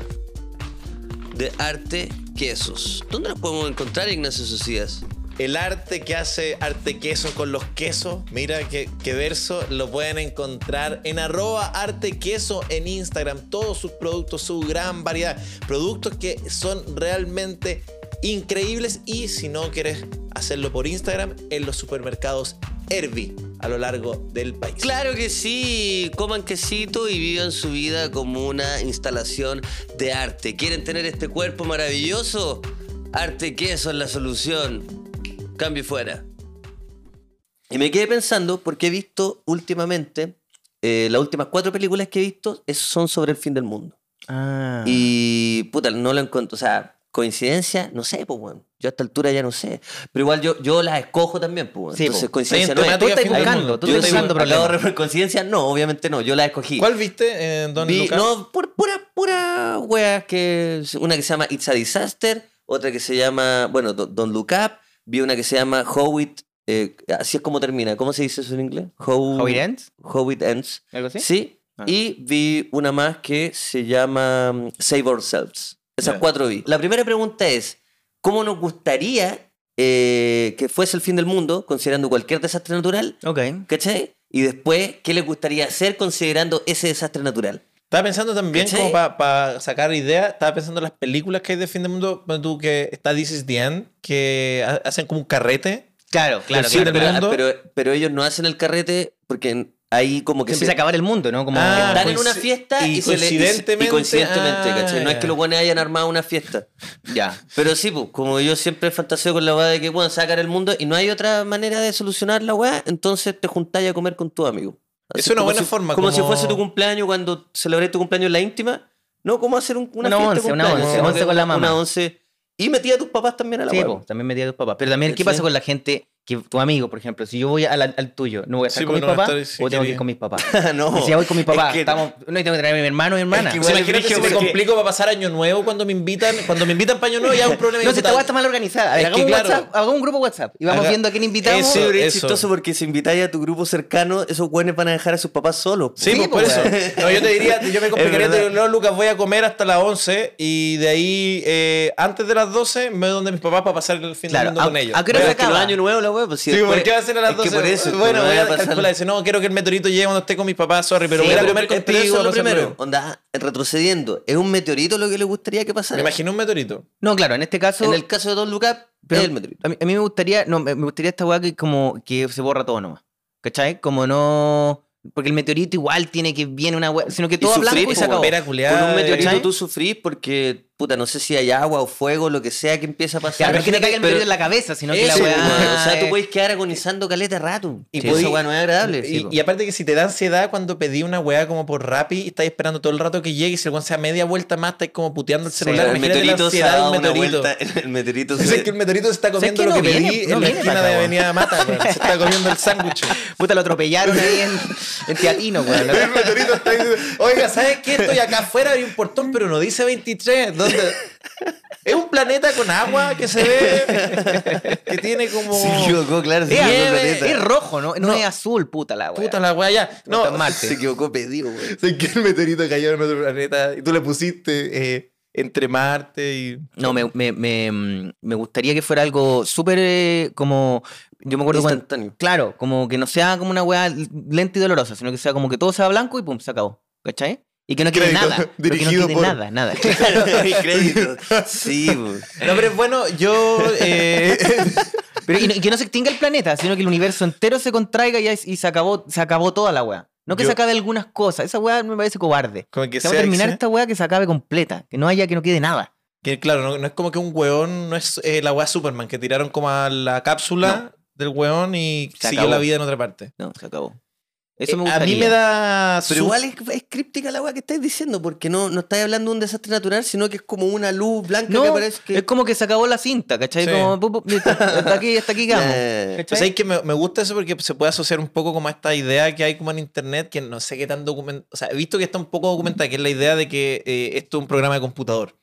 S3: de Arte Quesos. ¿Dónde los podemos encontrar, Ignacio Socias?
S1: El arte que hace arte queso con los quesos, mira qué, qué verso, lo pueden encontrar en arroba arte queso en Instagram. Todos sus productos, su gran variedad. Productos que son realmente increíbles y si no quieres hacerlo por Instagram, en los supermercados Herbi.
S6: a lo largo del país.
S3: Claro que sí, coman quesito y vivan su vida como una instalación de arte. ¿Quieren tener este cuerpo maravilloso? Arte queso es la solución. Cambio y fuera. Y me quedé pensando porque he visto últimamente, eh, las últimas cuatro películas que he visto es- son sobre el fin del mundo.
S2: Ah.
S3: Y puta, no lo encuentro. O sea, coincidencia, no sé, pues bueno. Yo a esta altura ya no sé. Pero igual yo, yo las escojo también, pues bueno.
S2: Sí,
S3: Entonces
S2: po.
S3: coincidencia
S1: Está
S3: no
S1: bien,
S3: es.
S2: tú estás
S1: Fin del
S2: buscando,
S1: mundo.
S2: tú
S3: Yo
S2: estás
S3: estoy
S2: buscando
S3: al lado
S2: problemas.
S3: de coincidencia, no, obviamente no. Yo la escogí.
S1: ¿Cuál viste, eh, Don
S3: Vi-
S1: Lucas?
S3: no, pura, pura, pura wea que. es- Una que se llama It's a Disaster, otra que se llama, bueno, Don, Don't Look Up, vi una que se llama How It. eh, así es como termina. ¿Cómo se dice eso en inglés? How,
S2: How it ends,
S3: How It Ends.
S2: algo así.
S3: Sí.
S2: Ah.
S3: Y vi una más que se llama mm, Save Ourselves. Esas
S1: Ya.
S3: cuatro vi. La primera pregunta es: ¿cómo nos gustaría eh, que fuese el fin del mundo, considerando cualquier desastre natural?
S2: Ok.
S3: ¿Cachai? Y después, ¿qué les gustaría hacer considerando ese desastre natural?
S1: Estaba pensando también, como
S3: ¿Cachai?
S1: para sacar ideas, estaba pensando en las películas que hay de fin del mundo. ponte Tú que está This is the End, que ha- hacen como un carrete.
S2: Claro, claro.
S1: sí,
S2: claro,
S1: del
S2: claro.
S1: mundo.
S3: Ah, Pero, pero ellos no hacen el carrete porque en- ahí como
S2: Que
S3: que
S2: se
S3: se
S2: empieza a acabar el mundo, ¿no? Como
S1: Ah,
S3: están en
S1: coinci-
S3: una fiesta y,
S1: y
S3: se le- y se- y
S1: coincidentemente-
S3: coincidentemente,
S1: ah,
S3: ¿cachai? No es
S1: ya.
S3: que los buenos hayan armado una fiesta.
S2: ya.
S3: Pero sí, pues, como yo siempre fantaseo con la weá de que bueno, sacar el mundo y no hay otra manera de solucionar la weá, entonces te juntáis a comer con tu amigo.
S1: Es una
S3: como
S1: buena
S3: si-
S1: forma,
S3: Como, si
S1: como-
S3: fuese tu cumpleaños cuando celebré tu cumpleaños en la íntima. No, ¿cómo hacer un-
S2: Una
S3: una, fiesta de
S2: once, una
S3: cumpleaños?
S1: once,
S3: sino
S2: once
S3: que
S2: con la
S3: una-
S2: mamá.
S3: Una once. Y metí a tus papás también a la
S2: Sí,
S3: weá.
S2: po, también metí a tus papás. Pero también, ¿qué pasa
S3: Sí.
S2: con la gente que tu amigo, por ejemplo? Si yo voy al, al tuyo, ¿no voy a estar
S1: Sí,
S2: con mis
S1: porque no va a
S2: papás
S1: estar si
S2: o tengo que
S1: quería.
S2: ir con mis papás?
S3: no.
S2: Y si ya voy con mi papá,
S3: Es que-
S2: estamos, no y tengo que traer a mi hermano y hermana.
S3: Es que
S1: O sea,
S3: Igual es
S1: imagínate si
S3: brígido
S1: Ah, me
S3: porque-
S1: complico para pasar año nuevo cuando me invitan. Cuando me invitan para año nuevo ya es un problema.
S2: no, si esta
S1: inevitable.
S2: weá está mal organizada. A ver,
S1: Es
S2: hagamos
S1: que
S2: un
S1: claro.
S2: WhatsApp, hagamos un grupo WhatsApp y vamos
S1: Haga-
S2: viendo a quién invitamos.
S1: Eso,
S3: Sí, pero es
S1: eso.
S3: chistoso porque si invitáis a tu grupo cercano, esos güeyes van a dejar a sus papás solos. po.
S1: Sí,
S2: Sí,
S1: pues por
S2: pues,
S1: eso.
S2: weón.
S1: No, yo te diría, yo me complicaría,
S3: Es
S1: te digo,
S3: verdad.
S1: no, Lucas, voy a comer hasta las 11 y de ahí, eh, antes de las 12, me voy donde mis papás para pasar el fin
S2: Claro,
S1: del mundo
S2: a-
S1: con ellos.
S2: ¿a qué hora
S3: Pero
S2: se
S3: es que los
S2: acaba?
S3: años nuevos, la wea, pues si
S1: Sí,
S3: después-
S1: ¿por qué va a ser a las
S3: es que
S1: 12?
S3: por eso, pues,
S1: bueno,
S3: no
S1: voy
S3: voy
S1: a,
S3: a pasar-
S1: calcular, dice, no, quiero que el meteorito llegue cuando esté con mis papás, sorry, pero
S3: Sí,
S1: voy a
S3: pero-
S1: comer
S3: pero
S1: contigo.
S3: eso pues, es
S1: a
S3: lo
S1: pasarlo
S3: primero.
S1: bien.
S3: Onda, retrocediendo. ¿Es un meteorito lo que le gustaría que
S1: Me
S3: pasara?
S1: imagino un meteorito.
S2: No, claro, en este caso.
S3: En el caso de Don Lucas,
S2: pero
S3: es el meteorito.
S2: a, mí, a mí me gustaría, no, me me gustaría esta weá que como que se borra todo nomás. ¿Cachai? Como no. Porque el meteorito igual tiene que viene una weá. Sino que todo
S3: sufrir,
S2: blanco y se
S3: po,
S2: acabó.
S1: Ver a culiar,
S3: Con un meteorito
S2: ¿cachai?
S3: tú sufrís porque, puta, no sé si hay agua o fuego, lo que sea que empieza a
S2: Ya,
S3: pasar.
S2: no es que te
S3: Pero-
S2: caiga el meteorito en la cabeza, sino que la
S3: Eso,
S2: weá.
S3: po, o sea, tú
S2: es-
S3: puedes quedar agonizando caleta rato.
S1: Y
S3: Y
S1: podí-
S3: eso, weá, no es agradable.
S1: Y-
S3: sí, po.
S1: y, aparte que si te da ansiedad cuando pedí una weá como por Rappi y estáis esperando todo el rato que llegue y si el weón se da media vuelta más estáis como puteando el celular.
S3: Claro, el
S1: Imagínate la
S3: meteorito se ha
S1: ansiedad de
S3: dado
S1: un
S3: una
S1: meteorito.
S3: vuelta. El meteorito
S1: Dicen que
S3: se...
S1: el meteorito se está comiendo
S2: que
S1: lo
S2: no
S1: que pedí
S2: viene? No
S1: en la
S2: viene
S1: esquina
S2: para
S1: de
S2: acá,
S1: Avenida Mata, weón. Se está comiendo el sándwich.
S2: Puta, lo atropellaron ahí en, en Teatino, weón.
S1: El meteorito está diciendo, oiga, ¿sabes qué? Estoy acá afuera, hay un portón, pero no dice 23. ¿Dónde? Es un planeta con agua que se ve, que tiene como...
S3: Se equivocó, claro. se
S2: Es,
S3: equivocó
S2: azul,
S3: caleta.
S2: es rojo, ¿no? No, es azul, puta la weá.
S1: Puta la weá, ya. No,
S2: Puta madre.
S3: Se equivocó pedido, güey.
S1: sé que el meteorito cayó en otro planeta y tú le pusiste eh, entre Marte y...
S2: No, me, me, me, mm, me gustaría que fuera algo súper eh, como. Yo me acuerdo cuando.
S3: Instantáneo.
S2: Claro, como que no sea como una weá lenta y dolorosa, sino que sea como que todo sea blanco y pum, se acabó. ¿Cachai? Y que no quede
S1: Crédito,
S2: nada. pero que no
S1: dirigido
S2: quede
S1: por-
S2: nada, nada.
S3: Y créditos. Sí, güey.
S1: No, pero es bueno, yo... eh,
S2: Pero, y, no- y que no se extinga el planeta, sino que el universo entero se contraiga y, y se, acabó, se acabó toda la weá. No que
S1: Yo-
S2: se acabe algunas cosas. Esa weá me parece cobarde.
S1: como que
S2: Se va a
S1: sea-
S2: terminar esta weá que se acabe completa. Que no haya, que no quede nada.
S1: Que claro, no, no es como que un weón, no es eh, la weá Superman, que tiraron como a la cápsula del weón y
S2: Se
S1: siguió
S2: acabó.
S1: la vida en otra parte.
S2: No, se acabó. Eso me
S1: Eh, a
S2: gustaría.
S1: mí me da...
S3: Pero
S1: su-
S3: igual es, es críptica la weá que estáis diciendo, porque no, no estáis hablando de un desastre natural, sino que es como una luz blanca que
S2: No,
S3: aparece que.
S2: es como que se acabó la cinta, ¿cachai?
S1: Sí.
S2: Como, pu- pu- hasta aquí, hasta aquí quedamos.
S3: Eh,
S1: Pues ahí que me, me gusta eso porque se puede asociar un poco como a esta idea que hay como en internet, que no sé qué tan documentada, o sea, he visto que está un poco documentada, que es la idea de que eh, esto es un programa de computador.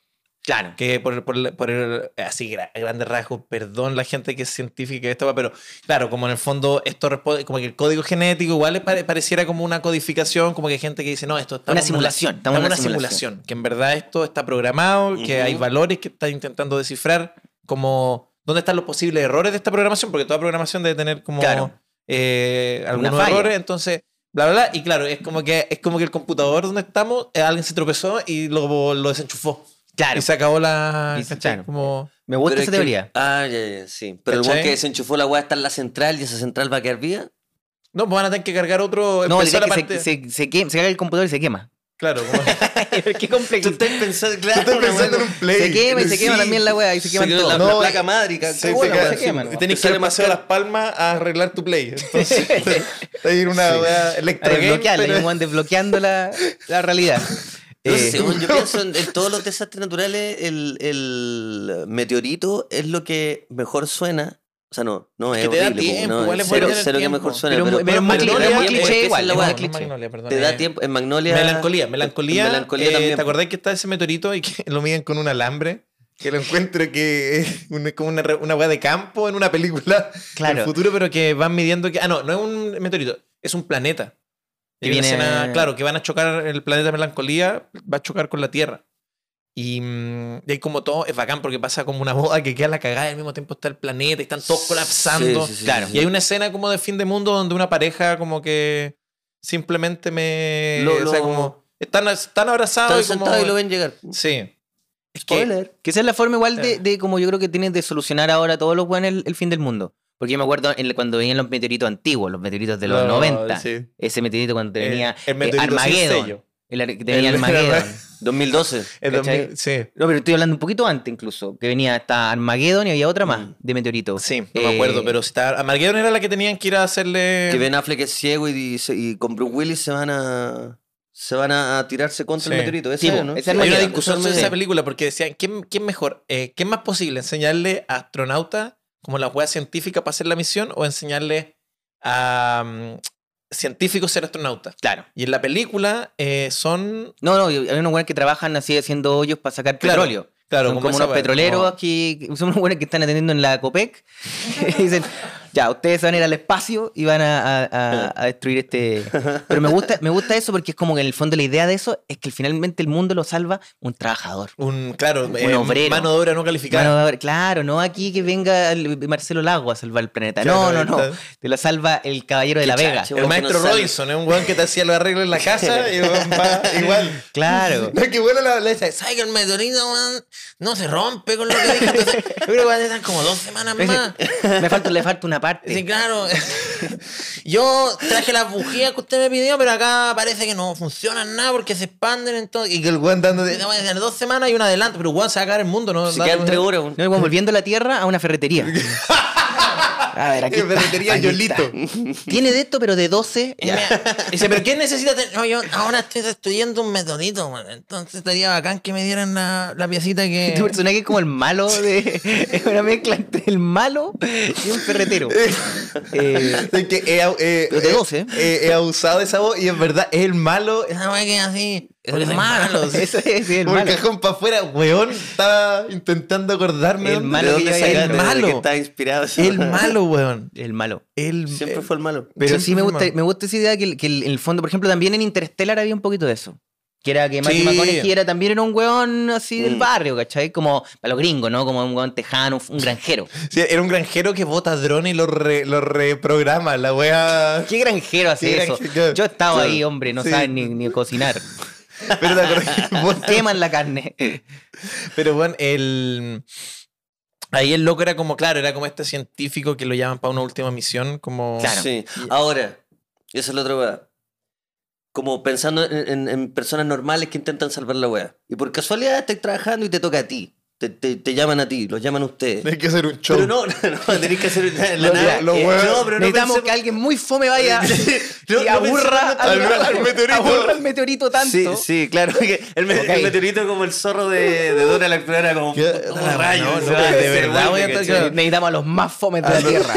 S2: Claro.
S1: Que por, el- por, el- por el- así, gra- a grandes rasgos, perdón la gente que es científica y que esto va, pero claro, como en el fondo esto responde, como que el código genético igual pare- pareciera como una codificación, como que hay gente que dice, no, esto está
S2: Una simulación, estamos en
S1: en
S2: una
S1: una simulación. Que en verdad esto está programado, que hay
S3: Ujú.
S1: valores que están intentando descifrar, como dónde están los posibles errores de esta programación, porque toda programación debe tener como
S2: Claro.
S1: eh, algunos
S2: falla.
S1: errores, entonces... Bla, bla, bla. Y claro, es como que es como que el computador donde estamos, eh, alguien se tropezó y lo, lo desenchufó.
S2: Claro.
S1: Y se acabó la.
S2: Y se-
S1: ¿cachai?
S2: claro.
S1: Como-
S2: Me
S3: pero
S2: gusta
S3: es
S2: esa
S3: que-
S2: teoría.
S3: Ah, ya, ya, sí. Pero el
S1: ¿Cachai?
S3: weón que desenchufó la weá está en la central y esa central va a quedar viva.
S1: No, pues van a tener que cargar otro.
S2: No, la idea
S1: empezar
S2: es que
S1: la
S2: se,
S1: parte-
S2: se, se quema- se caga el computador y se quema.
S1: Claro, como...
S2: Qué complejo.
S3: Tú estás pensando, claro,
S1: Estoy
S3: una
S1: pensando en
S3: hueá
S1: un play.
S2: Se quema y se quema
S3: Sí.
S2: también la weá y se
S3: como-
S2: quema
S3: Se quedó la,
S2: todo.
S1: No,
S3: la
S1: eh,
S3: placa madre, ca-
S1: Sí,
S3: cagó
S1: se
S3: la
S1: queda
S3: hueá,
S2: se
S1: así.
S2: quema, ¿no?
S1: Y tenés que
S3: Sale
S1: ir
S3: más
S1: paseo a
S3: caro.
S1: Las Palmas a arreglar tu play. Entonces, hay una weá
S2: A
S1: electrogame,
S2: desbloquearla,
S1: pero-
S2: y un weón desbloqueando la, la realidad.
S3: No
S2: Eh,
S3: sé, bueno, yo pienso en, en todos los desastres naturales, el, el meteorito es lo que mejor suena. O sea, no, no es
S1: Que te da
S3: horrible, po,
S1: tiempo,
S3: no,
S1: igual
S3: es
S1: es
S3: cero,
S1: bueno tener
S3: cero que
S1: tiempo.
S3: mejor suena,
S2: Pero
S3: pero,
S2: muy- pero
S3: bueno,
S2: muy
S3: te da
S2: cliché,
S3: tiempo,
S2: muy
S3: es que
S2: cliché
S3: esa es
S2: igual,
S3: la
S2: es
S3: hueá,
S2: muy
S3: cliché.
S1: Magnolia, perdón.
S3: Te da
S1: Eh,
S3: tiempo, en Magnolia
S1: Melancolía, melancolía.
S3: en melancolía
S1: eh,
S3: también,
S1: ¿Te
S3: po.
S1: acordás que está ese meteorito y que lo miden con una alambre? Que lo encuentro que es un- como una, re- una weá de campo en una película
S2: Claro.
S1: del futuro, pero que van midiendo que. Ah, no, no es un meteorito, es un planeta.
S2: Que
S1: Y viene...
S2: viene-
S1: claro, que van a chocar el planeta Melancolía, va a chocar con la Tierra. Y, mm, y hay como todo, es bacán porque pasa como una boda que queda la cagada y al mismo tiempo está el planeta y están todos colapsando.
S3: Sí, sí, sí,
S2: claro.
S3: sí, sí.
S1: Y hay una escena como de fin de mundo donde una pareja como que simplemente me...
S3: Lo-
S1: o sea,
S3: lo-
S1: como... Están, están
S3: Están
S1: abrazados y como...
S3: sentados y lo ven llegar.
S1: Sí. Es que-
S3: Spoiler.
S2: Que esa es la forma igual de,
S1: Claro.
S2: de como yo creo que tienen de solucionar ahora todos los weones el, el fin del mundo. Porque yo me acuerdo en- cuando venían los meteoritos antiguos, los meteoritos de los
S1: No,
S2: 90.
S1: sí.
S2: Ese meteorito cuando
S1: El-
S2: tenía
S1: Eh, el meteorito
S3: eh,
S1: sin
S2: Armageddon.
S1: sello.
S2: El ar- que tenía
S1: El-
S2: Armageddon.
S3: 2012.
S1: El
S2: ¿Cachai?
S1: 2000 sí.
S2: No, pero estoy hablando un poquito antes incluso. Que venía hasta Armageddon y había otra más
S3: Mm.
S2: de meteorito.
S1: Sí, no me acuerdo,
S2: Eh,
S1: pero está... Armageddon era la que tenían que ir a hacerle...
S3: Que Ben Affleck es ciego y, dice- y con Bruce Willis se van a se van a, a tirarse contra
S1: Sí.
S3: el meteorito. Ese
S2: Sí,
S3: es,
S2: po,
S3: ¿no?
S2: ese es
S1: Hay una
S2: Armageddon.
S1: discusión
S3: Ese
S1: sobre
S3: es
S1: esa
S3: Armageddon.
S1: película porque decían, ¿quién, quién mejor? Eh, ¿Qué es más posible? ¿Enseñarle a astronautas como la hueá científica para hacer la misión o enseñarle a mm, científicos ser astronautas?
S2: Claro.
S1: Y en la película eh, son...
S2: No, no, hay unos weones que trabajan así haciendo hoyos para sacar
S1: Claro,
S2: petróleo.
S1: Claro,
S2: son como
S1: esa
S2: unos
S1: hueá,
S2: petroleros que que son unos buenos que están atendiendo en la COPEC. y dicen, ya, ustedes se van a ir al espacio y van a, a- a- a destruir este. Pero me gusta, me gusta eso porque es como que en el fondo la idea de eso es que finalmente el mundo lo salva un trabajador.
S1: Un, claro, eh,
S2: obrero.
S1: mano de obra no calificada.
S2: Mano de obra, claro, no aquí que venga el- Marcelo Lago a salvar el planeta. No, no,
S1: Claro,
S2: no.
S1: está.
S2: Te lo salva el caballero de la Vega.
S3: chacho.
S1: El
S3: Como que
S1: maestro
S3: no sale.
S1: Robinson es un weón que te hacía los arreglos en la casa y weón va igual.
S2: Claro.
S1: No, que bueno la, la esa, ¿sabes que el meteorito, weón, no se rompe con lo que dije? Entonces, yo creo que va a estar como dos semanas más.
S2: Me falta, le falta una parte.
S1: Sí, claro. Yo traje las bujías que usted me pidió, pero acá parece que no funcionan nada porque se expanden entonces. Y que el weón dando de en dos semanas y un adelanto, pero weón se va a caer el mundo, ¿no?
S3: Se quedan tres horas. un-
S2: No, igual volviendo a la Tierra a una ferretería. A ver, aquí.
S1: En
S2: está,
S1: ferretería
S2: aquí
S1: Yolito.
S2: está. Tiene de esto, pero de 12.
S1: Y me- Dice, ¿pero qué necesitas? tener? No, yo ahora estoy estudiando un metonito, weón. Entonces estaría bacán que me dieran la, la piecita que.
S2: Tu Este personaje es como el malo de. Es una mezcla entre el malo y un ferretero. Eh,
S1: Es que he, au- eh,
S2: Pero de
S1: eh,
S2: 12.
S1: he- he abusado de esa voz y en verdad es el malo. Esa weá que es así. Es malo. sí.
S2: Eso es, es el
S1: Por el
S2: malo.
S1: cajón para afuera, weón. Estaba intentando acordarme.
S2: El
S1: dónde-
S2: malo
S1: de
S2: que
S1: dónde
S2: iba a
S1: sacaste.
S2: ir.
S3: Desde
S1: El
S3: que
S1: malo.
S3: Está inspirado.
S1: El malo, weón.
S2: El malo.
S1: El, eh,
S3: Siempre fue el malo.
S2: Pero sí me gusta,
S1: Superman.
S2: me gusta esa idea que, el- que el- en el fondo, por ejemplo, también en Interstellar había un poquito de eso. Que era que Matthew
S1: Sí.
S2: McConaughey era también era un weón así del
S3: Mm.
S2: barrio, ¿cachai? Como para los gringos, ¿no? Como un weón tejano, un granjero.
S1: Sí, era un granjero que bota drones y lo, re- lo reprograma. La wea.
S2: ¿Qué granjero hace
S1: Qué
S2: eso?
S1: granjero,
S2: Yo he estado
S1: claro.
S2: ahí, hombre, no
S1: Sí.
S2: saben ni, ni cocinar.
S1: Pero te acordás que bota-
S2: Queman la carne.
S1: Pero bueno, el. Ahí el loco era como, claro, era como este científico que lo llaman para una última misión, como...
S2: Claro.
S3: Sí. Ahora, esa es la otra weá. Como pensando en, en- en personas normales que intentan salvar la weá. Y por casualidad estás trabajando y te toca a ti. Te, te- te llaman a ti, los llaman a ustedes.
S1: Hay que hacer un show.
S3: Pero no, no, no, tenés que hacer la, la
S1: Lo-
S3: nada.
S1: lo- lo
S3: Eh,
S1: weón-
S3: no, pero no
S2: Necesitamos
S3: pensemos-
S2: que alguien muy fome vaya
S3: No,
S2: y
S3: no
S2: aburra
S3: pensemos-
S2: al,
S1: al- al meteorito.
S2: aburra al meteorito tanto.
S3: Sí, sí, claro. que el, me- el
S2: Ok.
S3: meteorito como el zorro de, de Dora la Exploradora, como,
S1: ¿Qué?
S3: como
S1: No,
S3: rayos.
S1: no,
S3: se
S1: no,
S3: va,
S1: de
S3: se
S1: verdad
S3: vuelve,
S1: voy a estar-
S3: ¿cachai?
S2: Necesitamos a los más fomes de la tierra.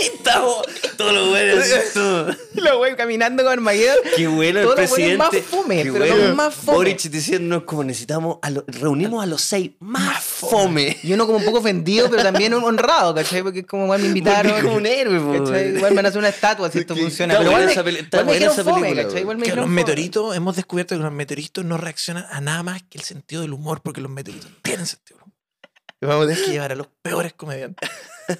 S3: Y estamos todos los buenos. todos.
S2: los güey caminando con Armageddon.
S3: Qué bueno el
S2: Todos los güeyes
S3: presidente.
S2: más fome,
S3: Qué
S2: pero los más fome.
S3: Boric diciéndonos como necesitamos, a lo- reunimos a los seis más fome.
S2: Y uno como un poco ofendido, pero también un- honrado, ¿cachai? Porque es como, güey, me
S3: Volví
S2: invitaron.
S3: como un héroe, po,
S2: ¿cachai?
S3: güey.
S2: Igual me van a hacer una estatua si esto
S3: Está
S2: funciona. Pero
S3: buena
S2: igual me-
S3: esa peli- está
S2: igual me
S3: buena
S2: dijeron
S3: esa
S2: fome,
S3: película,
S2: ¿cachai?
S3: güey.
S2: Igual me
S1: Que los
S2: dijeron fome.
S1: meteoritos, hemos descubierto que los meteoritos no reaccionan a nada más que el sentido del humor, porque los meteoritos tienen sentido del humor. Y vamos a tener que llevar a los peores comediantes.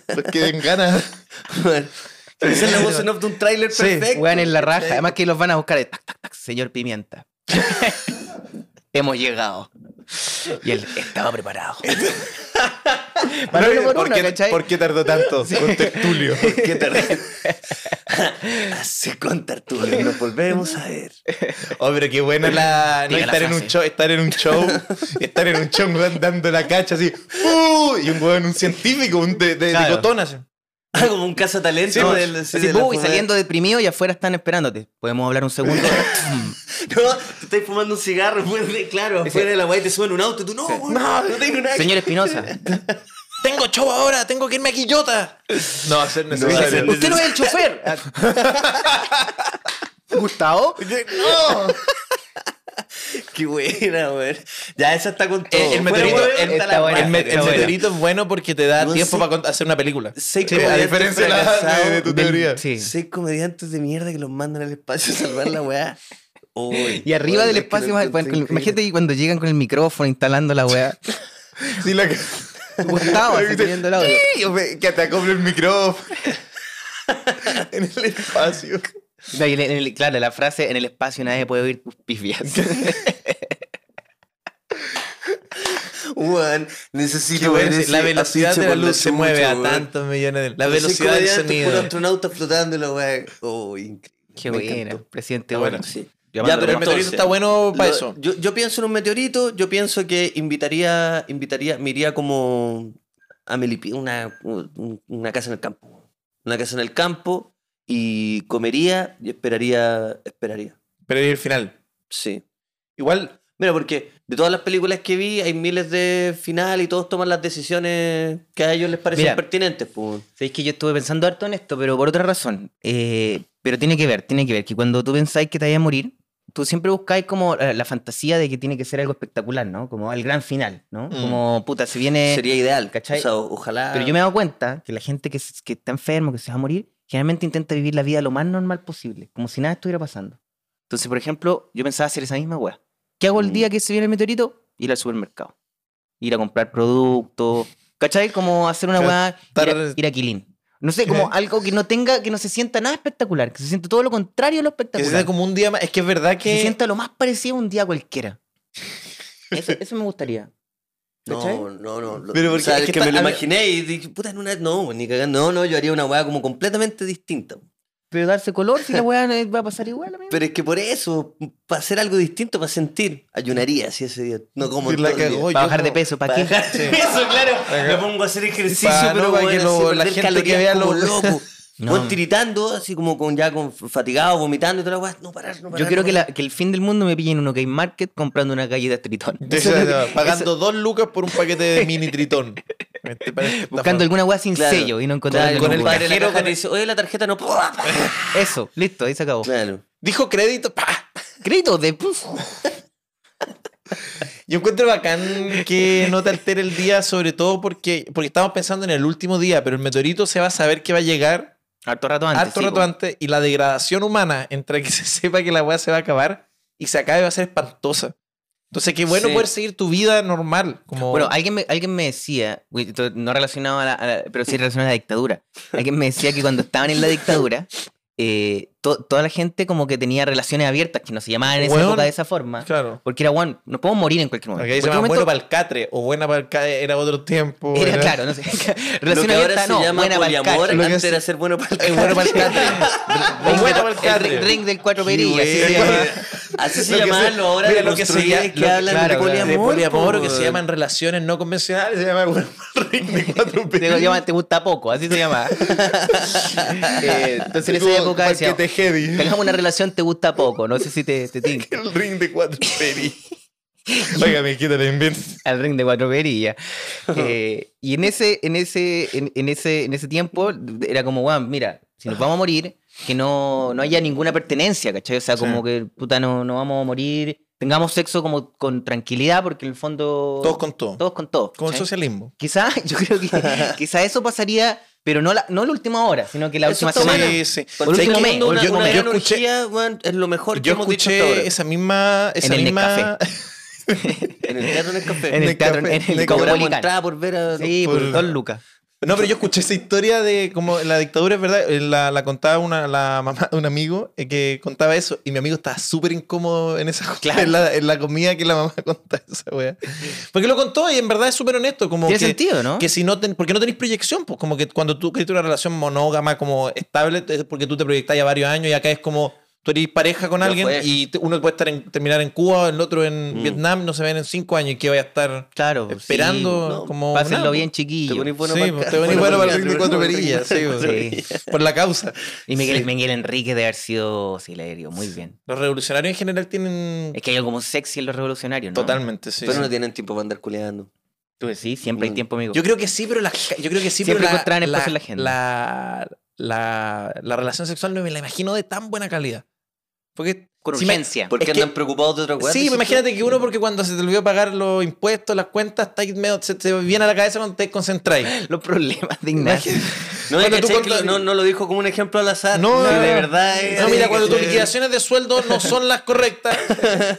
S1: Los que den ganas.
S3: Esa es la voz en off de un tráiler
S1: Sí.
S3: perfecto.
S2: Weón en la raja. Además que los van a buscar de tac, tac, tac, señor Pimienta. Hemos llegado. Y él estaba preparado.
S1: Bueno,
S2: Manolo por
S1: ¿por,
S2: uno,
S1: qué,
S2: ¿cachai?
S1: ¿Por qué tardó tanto? Con Tertulio.
S3: ¿Qué terrible. Así con Tertulio. Nos volvemos a ver.
S1: Oh, pero qué bueno la, no
S2: Diga la
S1: estar, en un
S2: frase.
S1: show, estar en un show, estar en un show un weón dando la cacha así, ¡uh! y un weón, un científico, un de, de,
S2: Claro.
S1: de cotón, así.
S3: Ah, como un cazatalento.
S2: No,
S3: del-
S2: pues, así,
S3: de la
S2: "Uy,
S3: fumada.
S2: saliendo deprimido y afuera están esperándote. ¿Podemos hablar un segundo?
S3: No, te estás fumando un cigarro. pues, de- Claro, afuera de la guay te suben un auto. y Tú no, güey, no, no tengo nada.
S2: Señor Espinosa.
S1: Tengo show ahora, tengo que irme a Quillota. No va a ser
S3: va a ser
S1: necesario.
S2: ¡Usted no es el chofer! ¿Gustavo?
S3: Qué buena, güey. Ya, esa está con todo.
S1: Eh, el
S3: Fuera,
S1: meteorito,
S3: güey,
S1: el-
S3: está la
S1: el
S3: raja,
S1: me- el
S3: está buena.
S1: meteorito es bueno porque te da
S3: No
S1: tiempo
S3: sé.
S1: para cont- hacer una película.
S3: Seis
S1: Sí, pues, a
S3: comediantes
S1: diferencia de, la, de,
S3: fracasados
S1: de tu
S2: Del-
S1: teoría.
S2: Sí.
S3: Seis comediantes de mierda que los mandan al espacio a salvar la weá. Uy,
S2: Y arriba
S3: weón,
S2: del
S3: es que
S2: espacio,
S3: lo
S2: más,
S3: encontré
S2: bueno,
S3: increíble.
S2: imagínate que cuando llegan con el micrófono instalando la weá.
S1: Sí, la que, Ah,
S2: Gustavo, así, pidiendo el audio.
S1: Sí, hombre, que te acople el micrófono. en el espacio.
S2: No, y en el- claro, la frase en el espacio nadie puede oír tus pifias.
S3: Weón,
S1: Qué
S3: necesito
S1: bueno,
S3: ver
S1: sí,
S3: ese
S1: la velocidad
S3: afiche
S1: de la
S3: por
S1: luz se
S3: chucha,
S1: mueve a
S3: weón.
S1: tantos millones de... La
S3: Seis
S1: velocidad del
S3: comediantes, puro
S1: sonido.
S3: astronauta flotando la weá. Oh, increíble.
S2: Qué
S3: Me
S2: buena,
S3: encantó. Ah,
S2: presidente.
S1: Está
S2: bueno.
S1: bueno.
S3: Sí.
S2: Yo
S3: Ya,
S2: mando
S3: pero
S1: el meteorito
S3: entonces,
S1: está bueno para
S3: lo-
S1: eso.
S3: Yo, yo pienso en un meteorito, yo pienso que invitaría, invitaría, me iría como a Melipi, una, un- una casa en el campo. Una casa en el campo y comería y esperaría, esperaría.
S1: Pero y el final.
S3: Sí.
S1: Igual,
S3: Mira, porque de todas las películas que vi hay miles de finales y todos toman las decisiones que a ellos les parecen
S2: Mira.
S3: pertinentes. pues.
S2: Sabéis que yo estuve pensando harto en esto, pero por otra razón. Eh, pero tiene que ver, tiene que ver que cuando tú pensáis que te vais a morir, tú siempre buscáis como eh, la fantasía de que tiene que ser algo espectacular, ¿no? Como el gran final, ¿no? Como, puta, se viene...
S3: Sería ideal, ¿cachai?
S2: eh, ¿cachai?
S3: O sea, o- ojalá.
S2: Pero yo
S1: Ah.
S2: me he dado cuenta que la gente que, se- que está enfermo, que se va a morir, generalmente intenta vivir la vida lo más normal posible, como si nada estuviera pasando. Entonces, por ejemplo, yo pensaba hacer esa misma weá. ¿Qué hago el
S3: Mm.
S2: día que se viene el meteorito? Ir al supermercado. Ir a comprar productos. ¿Cachai? Como hacer una weá. Ir, a-
S1: Estar-
S2: ir a Quilín. No sé, como algo que no tenga, que no se sienta nada espectacular, que se sienta todo lo contrario a lo
S1: que se sienta
S2: espectacular. Que
S1: como un día más... Es que es verdad
S2: se
S1: que...
S2: sienta lo más parecido a un día cualquiera. Eso, eso me gustaría. ¿cachai?
S3: No, no, no. lo-
S1: Pero
S3: o
S1: porque
S3: sea,
S1: es
S3: es
S1: que
S3: que me
S1: está-
S3: lo
S1: a ver-
S3: imaginé y dije, puta, en una. No, pues, ni cagando. No, no, yo haría una weá como completamente distinta.
S2: Pero darse color, si la weá eh, va a pasar igual, amigo.
S3: Pero es que por eso, para hacer algo distinto, para sentir, ayunaría si ese día. No como
S1: Sí, la
S3: todo el día.
S1: cagó,
S2: Para
S1: yo
S2: bajar de
S1: como-
S2: peso, ¿para qué?
S1: Sí.
S3: Eso,
S1: Para
S3: claro.
S1: acá.
S3: Me pongo a hacer ejercicio,
S1: Pa-
S3: pero
S1: no, para
S3: bueno,
S1: que lo-
S3: así
S1: la
S3: perder
S1: gente que
S3: calorías
S1: vea
S3: como
S1: lo-
S3: loco.
S2: No.
S3: Bueno, tiritando, así como con ya con fatigado, vomitando y toda la weá. No parar, no parar.
S2: Yo quiero
S3: no
S2: que,
S3: parar.
S2: la- que el fin del mundo me pille en un OK Market comprando una galleta tritón.
S1: Sí,
S2: Eso es lo que-
S1: sí, sí, pagando
S2: eso-
S1: dos lucas por un paquete de mini tritón. Este parece-
S2: buscando alguna weá sin
S3: Claro.
S2: sello y no encontrar
S3: Claro,
S2: alguna
S3: con el
S2: weá.
S1: padre-
S3: cajero
S1: con
S3: que
S1: el-
S3: te dice, oye, la tarjeta no. Claro.
S2: Eso, listo, ahí se acabó.
S1: Dijo crédito. ¡pah!
S2: Crédito de. puf.
S1: Yo encuentro bacán que no te altere el día, sobre todo porque, porque estamos pensando en el último día, pero el meteorito se va a saber que va a llegar
S2: Harto rato antes.
S1: harto
S2: sí,
S1: rato
S2: po.
S1: antes y la degradación humana entre que se sepa que la weá se va a acabar y se acabe va a ser espantosa. Entonces, qué bueno
S3: Sí.
S1: poder seguir tu vida normal. Como...
S2: Bueno, alguien me, alguien me decía, güey, esto no relacionado a la, a la- pero sí relacionado a la dictadura. Alguien me decía que cuando estaban en la dictadura, eh, to- toda la gente como que tenía relaciones abiertas, que no se llamaban en esa
S1: Weón.
S2: época de esa forma.
S1: claro.
S2: Porque era, bueno, nos podemos morir en cualquier momento.
S1: Porque ahí se
S2: En
S1: llama
S2: cualquier
S1: bueno
S2: momento-
S1: para el catre o buena para el catre era otro tiempo.
S2: Era
S1: era-
S2: claro, no sé.
S3: Lo
S2: Relación
S3: que ahora
S2: abierta,
S3: se
S2: no.
S3: llama
S2: buena para el
S3: poliamor,
S2: cacho.
S1: Lo que
S3: antes
S1: se-
S3: era ser bueno para el
S1: Es bueno para el catre. O bueno para el
S2: El
S1: catre.
S2: ring, ring del cuatro perillas.
S1: Sí,
S2: así
S1: güey.
S2: se llama.
S3: Así se
S1: Lo que
S3: llamaban
S1: se-
S3: los ahora
S1: mira,
S3: de
S1: lo que se llama-
S3: que
S1: lo-
S3: hablan
S2: claro,
S3: de
S2: claro, de
S1: de
S3: poliamor. pues,
S1: poliamor o que se
S3: po,
S1: llaman relaciones no convencionales, se llama bueno, el ring de cuatro
S2: Te,
S1: perillas.
S2: llama- te gusta poco, así se llama. Eh, entonces en
S1: Como
S2: esa época decía,
S1: Paquete heavy.
S2: tengamos una relación, te gusta poco. No sé si te, te tinca.
S1: El ring de cuatro perillas. Oiga, me quita la invento.
S2: al ring de cuatro perillas. Eh, y en ese, en ese, en, en ese, en ese tiempo era como, guau, mira, si nos vamos a morir, que no, no haya ninguna pertenencia, ¿cachai? O sea, como que puta, no, no vamos a morir. Tengamos sexo como con tranquilidad, porque en el fondo.
S1: Todos con todo.
S2: Todos con todos.
S1: Como el
S2: ¿cachai?
S1: socialismo.
S2: Quizá, yo creo que quizá eso pasaría, pero no la, no la última hora, sino que la
S3: Eso
S2: última
S3: está
S2: semana.
S1: Sí,
S3: bueno.
S1: sí.
S3: Por
S2: Por
S3: último,
S2: último,
S3: mundo, una,
S1: yo-
S3: una
S1: yo
S3: gran
S1: escuché-
S3: orgía, weón, es lo mejor que
S1: Yo
S3: hemos dicho hasta ahora.
S1: escuché esa misma. Esa
S2: el
S1: misma
S3: En el teatro, en el café.
S2: En
S1: En
S2: el
S1: el
S2: teatro,
S1: café,
S2: en
S1: en
S2: el
S1: el
S3: Cobramos
S2: Caupolicán.
S3: entrada por ver a...
S2: Sí, por
S1: Por-
S2: dos lucas.
S1: No, pero yo escuché esa historia de como la dictadura, es verdad, eh, la, la contaba una, la mamá de un amigo eh, que contaba eso y mi amigo estaba súper incómodo en esa en, la, en la comida que la mamá contaba esa wea. Porque lo contó y en verdad es súper honesto, como
S2: Tiene
S1: que,
S2: sentido, ¿no?
S1: que si no ten- porque no tenéis proyección, pues como que cuando tú crees una relación monógama como estable es porque tú te proyectás ya varios años y acá es como tú eres pareja con
S3: Ya
S1: alguien
S3: fue.
S1: y te- uno puede estar en- terminar en Cuba, el otro en
S3: Mm.
S1: Vietnam, no se ven en cinco años y que vaya a estar
S2: Claro.
S1: esperando
S3: no,
S1: como
S2: Sí. Pásenlo
S1: nada,
S2: bien,
S3: Te
S2: chiquillo.
S3: ponís bueno
S1: Sí,
S3: para
S1: pues, te ponís bueno para el ring de cuatro perillas, sí, pues.
S2: Sí.
S1: por la causa.
S2: Y Miguel,
S1: Sí.
S2: Miguel Enrique de haber sido Silerio. Muy bien.
S1: Los revolucionarios en general tienen
S2: Es que hay algo como sexy en los revolucionarios, ¿no?
S1: totalmente, sí.
S3: Pero
S1: sí.
S3: no tienen tiempo para andar culeando.
S2: Tú decís, siempre hay
S3: Mm.
S2: tiempo, amigo.
S1: Yo creo que sí, pero la, yo creo que sí,
S2: Siempre
S1: pero la,
S2: encontraban espacio
S1: la,
S2: en la agenda.
S1: la- la- la relación sexual no me la imagino de tan buena calidad. Porque
S2: Con
S1: si me-
S2: urgencia.
S3: ¿Por qué
S1: Es que-
S3: andan preocupados de otra cosa?
S1: Sí, imagínate que uno, porque cuando se te olvidó pagar los impuestos, las cuentas, está ahí medio- se te viene a la cabeza cuando te concentráis.
S2: Los problemas de Ignacio.
S3: No,
S1: Cuando
S3: es
S1: tú
S3: que
S1: contas-
S3: no, no lo dijo como un ejemplo al azar.
S1: No,
S3: que
S1: no,
S3: de
S1: no.
S3: verdad. es-
S1: No, mira, cuando tus
S3: Sí.
S1: liquidaciones de sueldo no son las correctas,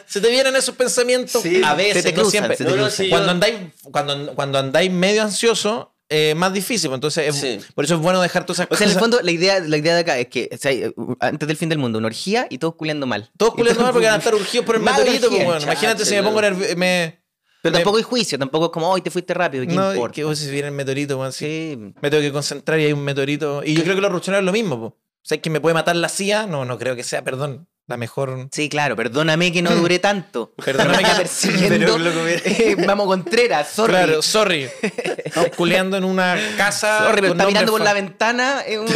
S1: se te vienen esos pensamientos
S3: Sí.
S1: a
S3: Se
S1: veces,
S2: te
S1: no
S2: cruzan,
S1: siempre.
S2: se te
S3: No, no,
S2: cruzan.
S3: sí, yo-
S1: cuando andáis cuando, cuando andáis medio ansioso eh, más difícil pues, entonces es-
S3: Sí.
S1: por eso es bueno dejar todas esas
S2: O sea, en el
S1: cosas
S2: fondo, la idea, la idea de acá es que o sea, eh, antes del fin del mundo, una orgía y todos culeando mal.
S1: todos culiando mal porque van a estar urgidos por el
S2: Mala
S1: meteorito pues,
S2: energía,
S1: bueno. imagínate si me
S3: chacho,
S1: pongo nervioso me,
S2: Pero
S1: me-
S2: tampoco hay juicio, tampoco es como, hoy te fuiste rápido, ¿y ¿qué
S1: Eh, no,
S2: importa?
S1: que vos si viene el meteorito bueno, sí.
S2: Sí.
S1: me tengo que concentrar y hay un meteorito y yo creo que los revolucionarios es lo mismo pues. o sea que me puede matar la CIA no no creo que sea perdón la mejor
S2: Sí, claro, perdóname que no
S1: Mm.
S2: duré tanto.
S1: Perdóname
S2: Me
S1: que-
S2: está persiguiendo.
S3: Pero, loco, mira.
S2: Eh, Vamos Contreras, sorry.
S1: Claro, sorry. Estamos culeando en una casa.
S2: sorry, pero
S1: con
S2: está mirando por
S1: nombre
S2: la
S1: fa-
S2: ventana eh, un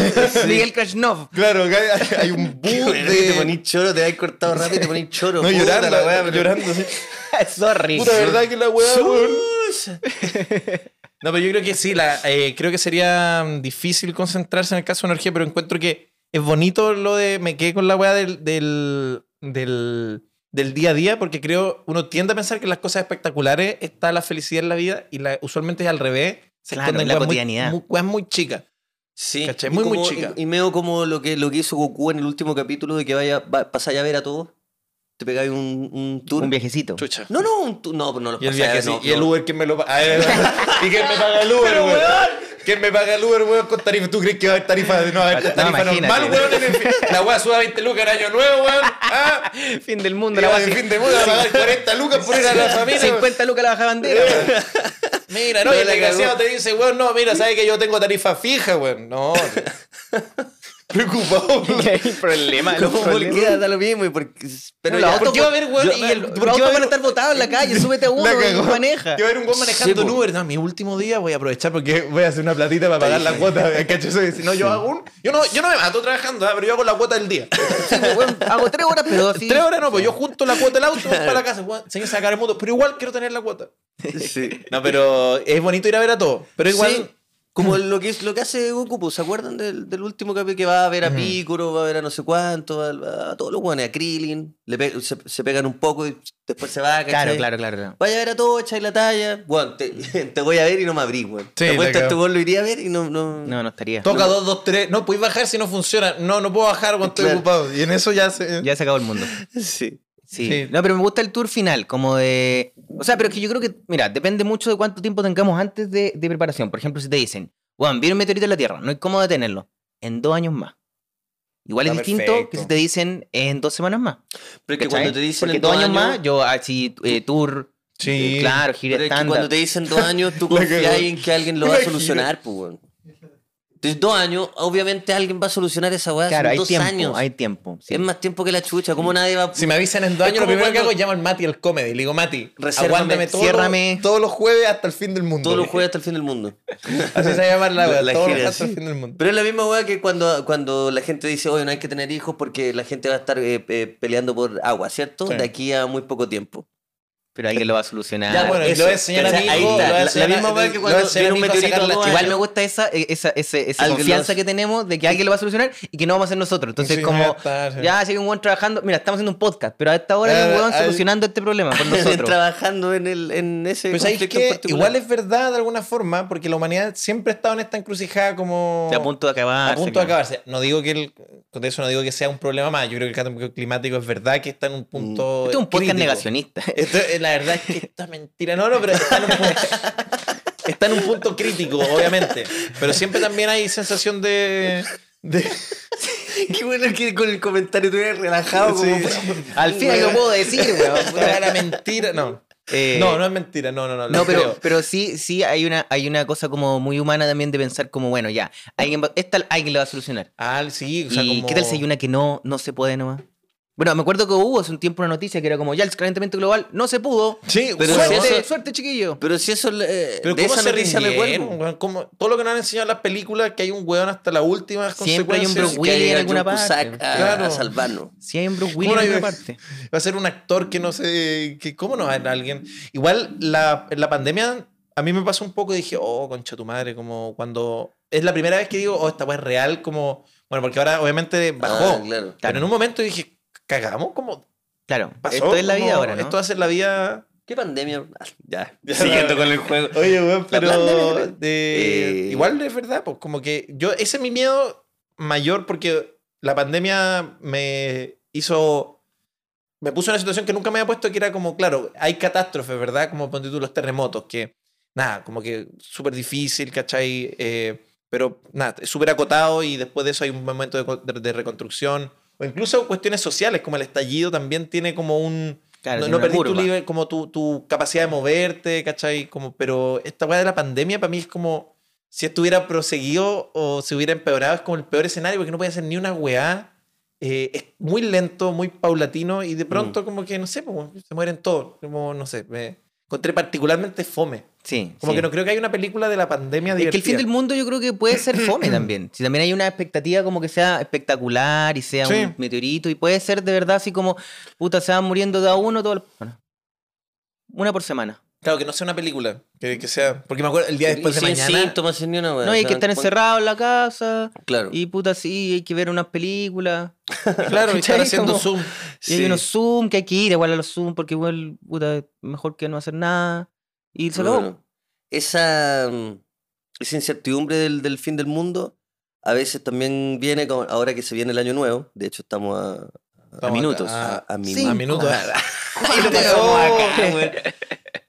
S2: Miguel Krasnov.
S1: Claro, acá hay, hay un bus
S3: Qué bueno que Te ponís choro, te habéis cortado rápido y te ponís choro.
S1: No,
S3: Puta
S1: llorando,
S3: la wea, pero-
S1: llorando. sí.
S2: sorry.
S1: Puta, verdad que la weá, weón. No, pero yo creo que sí, la, eh, creo que sería mm, difícil concentrarse en el caso de energía, pero encuentro que es bonito lo de. Me quedé con la weá del, del, del, del día a día, porque creo. Uno tiende a pensar que en las cosas espectaculares está la felicidad en la vida y la, usualmente es al revés. Se
S2: Claro,
S1: esconden
S2: la
S1: weas muy-
S2: cotidianidad.
S1: Muy, weas muy chicas.
S3: Sí,
S1: ¿Cachai?
S3: y
S1: Muy, muy
S3: como-
S1: chica.
S3: Y, y meo como lo que, lo que hizo Goku en el último capítulo de que vaya, va- pasáis a ver a todos. Te pegáis un, un tour.
S2: Un viajecito.
S1: Chucha.
S3: No, no, un tour. No, pues no los
S1: Y el
S3: pasáis a
S1: viaje
S3: ver,
S1: sí.
S3: no,
S1: y el
S3: no.
S1: Uber, ¿quién me lo paga? Ah, es verdad. ¿Y quién me paga el Uber, weón? ¿Quién me paga el Uber, weón, con tarifa? ¿Tú crees que va a haber tarifa, no, va a haber
S2: No,
S1: tarifa
S2: imagínate.
S1: normal, weón? en el fin? La weá sube a 20 lucas en año nuevo, weón. Ah,
S2: Fin del mundo,
S1: la
S2: la
S1: weá
S2: base.
S1: de fin de mundo va a pagar 40 lucas por ir a la familia. pues. Eh, weón.
S2: 50 lucas la baja bandera. pues. weón.
S1: Mira, no, y el desgraciado te dice, weón, no, mira, sabes que yo tengo tarifa fija, weón. No. Preocupado.
S2: Y ahí el problema, los
S3: Como
S2: problemas.
S3: porque da lo mismo y porque. Pero
S2: Los
S3: ya-
S2: autos-
S1: ¿por qué va a haber, weón?
S2: yo-
S1: Y el-
S2: los
S1: ¿por qué
S2: autos
S1: va a
S2: van a
S1: haber-
S2: estar botados en la calle, súbete a uno
S1: La
S2: y
S1: cagó.
S2: maneja.
S1: Yo era un gol manejando
S3: Sí,
S1: en
S3: po.
S1: Uber. No, mi último día voy a aprovechar porque voy a hacer una platita para pagar la cuota. ¿Cachai? Eso, Si no, yo hago un. Yo no, yo no me mato trabajando, ah, pero yo hago la cuota del día.
S2: Sí, weón, hago tres horas, pero así.
S1: Tres horas no, pues yo junto la cuota del auto voy para la casa. weón, Señor, sacar el mundo. Pero igual quiero tener la cuota.
S3: Sí.
S1: No, pero es bonito ir a ver a todos. Pero igual.
S3: Sí, como lo que, es- lo que hace Goku, pues, ¿se acuerdan del, del último capítulo que va a ver a Piccolo, va a ver a no sé cuánto, va a, a todos los guanes, a Krillin, le pe- se, se pegan un poco y después se va, ¿cachai?
S2: Claro, claro, claro. claro.
S3: Vaya a ver a todos, echáis la talla. Bueno, te, te voy a ver y no me abrí, weón.
S1: la
S3: te apuesto
S1: cagó.
S3: a este weón lo iría a ver y no. no...
S2: No, no estaría.
S1: Toca dos, dos, tres. No, podéis bajar si no funciona. No, no puedo bajar cuando estoy
S3: Claro.
S1: ocupado. Y en eso ya se.
S2: Ya se acabó el mundo.
S3: Sí.
S2: Sí.
S1: Sí.
S2: No, pero me gusta el tour final, como de... O sea, pero es que yo creo que, mira, depende mucho de cuánto tiempo tengamos antes de, de preparación. Por ejemplo, si te dicen, Juan, viene un meteorito en la Tierra, no hay cómo detenerlo. En dos años más. Igual es
S1: Está
S2: distinto que
S1: perfecto.
S2: si te dicen en dos semanas más.
S3: Pero es que
S2: ¿cachai?
S3: cuando te dicen
S2: Porque
S3: en
S2: dos años, más, yo así, eh, tour, eh, claro, gira
S3: Pero es que
S2: estándar.
S3: cuando te dicen dos años, tú
S1: La cagó.
S3: confías en que alguien lo va
S1: La
S3: a solucionar, pues, weón. Entonces, dos años, obviamente alguien va a solucionar esa weá.
S2: Claro,
S3: son
S2: hay
S3: dos
S2: tiempo,
S3: años.
S2: hay tiempo. sí.
S3: Es más tiempo que la chucha. ¿Cómo nadie va a
S1: Si me avisan en dos
S3: Es
S1: años, lo
S3: como
S1: primero que hago
S3: cuando-
S1: es llamar al Mati al comedy. Le digo, Mati,
S3: Resérvame,
S1: aguántame todo,
S2: ciérrame.
S1: todos los jueves hasta el fin del mundo.
S3: todos los jueves hasta el fin del mundo?
S1: Así se va a llamar la wea,
S3: La
S1: todos los
S3: gira,
S1: jueves hasta el
S3: sí.
S1: fin del mundo.
S3: Pero es la misma weá que cuando, cuando la gente dice, oye, no hay que tener hijos porque la gente va a estar eh, eh, peleando por agua, ¿cierto?
S1: Sí.
S3: De aquí a muy poco tiempo.
S2: Pero alguien lo va a solucionar.
S1: Ya, bueno, y
S3: eso.
S1: lo es señora
S3: Pero, o sea, ahí
S1: amigo.
S3: está.
S1: lo
S3: La-
S1: es
S3: la
S1: señora-
S3: misma weá que
S1: lo
S3: cuando
S1: es señora
S3: viene un
S1: amigo a
S3: meteorito
S1: sacar
S3: a
S1: la
S3: dos
S1: chucha.
S2: Igual
S3: años.
S2: me gusta esa, eh, esa, ese- esa
S3: Alguien lo
S2: confianza
S3: hace.
S2: que tenemos de que alguien lo va a solucionar y que no vamos a ser nosotros. Entonces,
S1: Sí,
S2: como,
S1: ya está, sí.
S2: ya, si hay un buen trabajando, mira, estamos haciendo un podcast, pero a esta hora hay
S1: Ah,
S2: un buen
S1: ah,
S2: solucionando este problema con nosotros.
S3: trabajando en, el, en
S2: este
S3: ese
S1: Pero ¿sabéis
S3: conflicto
S1: Pues, qué?
S3: en particular.
S1: Igual es verdad de alguna forma, porque la humanidad siempre ha estado en esta encrucijada como...
S2: Ya a punto de acabar.
S1: a punto de acabarse. No digo que el, con eso no digo que sea un problema más. Yo creo que el cambio climático es verdad que está en un punto.
S2: Mm. Esto Este es un podcast
S1: crítico.
S2: negacionista.
S1: Esto- eh, la verdad es que esta mentira. No, no, pero está en un punto. está en un punto crítico, obviamente. Pero siempre también hay sensación de. de
S3: Qué bueno que con el comentario tú eres relajado.
S1: Sí.
S2: Al fin lo puedo decir, weón.
S1: puta, era mentira. No.
S2: Eh,
S1: No, no es mentira. No, no, no. lo
S2: No, pero,
S1: creo.
S2: pero sí, sí hay una, hay una cosa como muy humana también de pensar como, bueno, ya, alguien va- esta alguien la va a solucionar.
S1: Ah, sí. O sea,
S2: y
S1: como...
S2: qué tal si hay una que no, no se puede nomás. Bueno, me acuerdo que hubo hace un tiempo una noticia que era como, ya el calentamiento global no se pudo.
S1: Sí,
S3: Pero
S1: pero,
S2: suerte,
S3: eso-
S2: suerte, chiquillo.
S3: Pero si eso. eh,
S1: pero
S3: de
S1: ¿cómo
S3: esa
S1: se
S3: noticia me
S1: rindieron,
S3: vuelvo.
S1: weón? ¿Cómo- Todo lo que nos han enseñado las películas, que hay un weón hasta la última
S2: Siempre hay un
S1: consecuencia.
S2: Bruce Willis en alguna
S3: Cusack
S2: parte.
S3: a,
S1: Claro.
S3: a salvarnos.
S2: Si hay un Bruce
S1: ¿Cómo
S2: Willis en
S1: no hay-
S2: alguna parte.
S1: Va a ser un actor que no sé. Que, ¿Cómo no va a haber alguien? Igual la, la pandemia a mí me pasó un poco y dije, oh, concha tu madre, como cuando. Es la primera vez que digo, oh, esta weá es real, como. Bueno, porque ahora obviamente bajó.
S3: Ah, claro.
S1: Pero en un momento dije, cagamos, como.
S2: Claro,
S1: pasó?
S2: esto es la
S1: ¿Cómo
S2: vida ahora, ¿no?
S1: Esto va a ser la vida.
S3: ¿Qué pandemia? Ah, ya.
S1: Siguiendo
S3: con el juego.
S1: Oye, weón,
S3: pandemia,
S1: pero.
S3: weón.
S1: de-
S3: Eh.
S1: Igual es verdad, pues como que. yo Ese es mi miedo mayor porque la pandemia me hizo. Me puso en una situación que nunca me había puesto, que era como, claro, hay catástrofes, ¿verdad? Como ponte tú los terremotos, que. Nada, como que súper difícil, ¿cachai? Eh, pero nada, es súper acotado y después de eso hay un momento de, co- de- de reconstrucción. O incluso cuestiones sociales, como el estallido también tiene como un
S2: Claro,
S1: no,
S2: tiene
S1: no
S2: una
S1: perdí tu,
S2: curva.
S1: libre- como tu, tu capacidad de moverte, ¿cachai? Como, pero esta weá de la pandemia para mí es como si estuviera proseguido o se hubiera empeorado, es como el peor escenario porque no podía hacer ni una weá. Eh, es muy lento, muy paulatino y de
S2: Mm.
S1: pronto como que, no sé, pues, se mueren todos. Como, no sé, me encontré particularmente fome.
S2: Sí,
S1: Como
S2: sí.
S1: que no creo que haya una película de la pandemia
S2: Es que el
S1: divertida.
S2: fin del mundo yo creo que puede ser fome también. Si también hay una expectativa como que sea espectacular y sea
S1: Sí.
S2: un meteorito y puede ser de verdad así como, puta, se van muriendo de a uno todo el- bueno, Una por semana.
S1: Claro, que no sea una película. Que, que sea... Porque me acuerdo el día después de
S3: sin
S1: mañana...
S3: síntomas, sin ni una weá.
S2: no, y hay
S3: O
S2: que
S3: sea,
S2: estar
S3: cuan-
S2: encerrado en la casa
S3: Claro.
S2: y puta, sí, hay que ver unas películas.
S1: Claro, y estar
S2: ¿Cachai?
S1: haciendo
S2: Como-
S1: Zoom.
S2: Y hay
S3: Sí.
S2: unos Zoom que hay que ir igual a los Zoom porque igual, puta, es mejor que no hacer nada. Y se acabó.
S3: Bueno, esa, mm, esa incertidumbre del, del fin del mundo a veces también viene con- ahora que se viene el año nuevo. De hecho, estamos a,
S1: Estamos
S2: minutos.
S1: A,
S3: a, a minu-
S2: Sí.
S1: a minutos.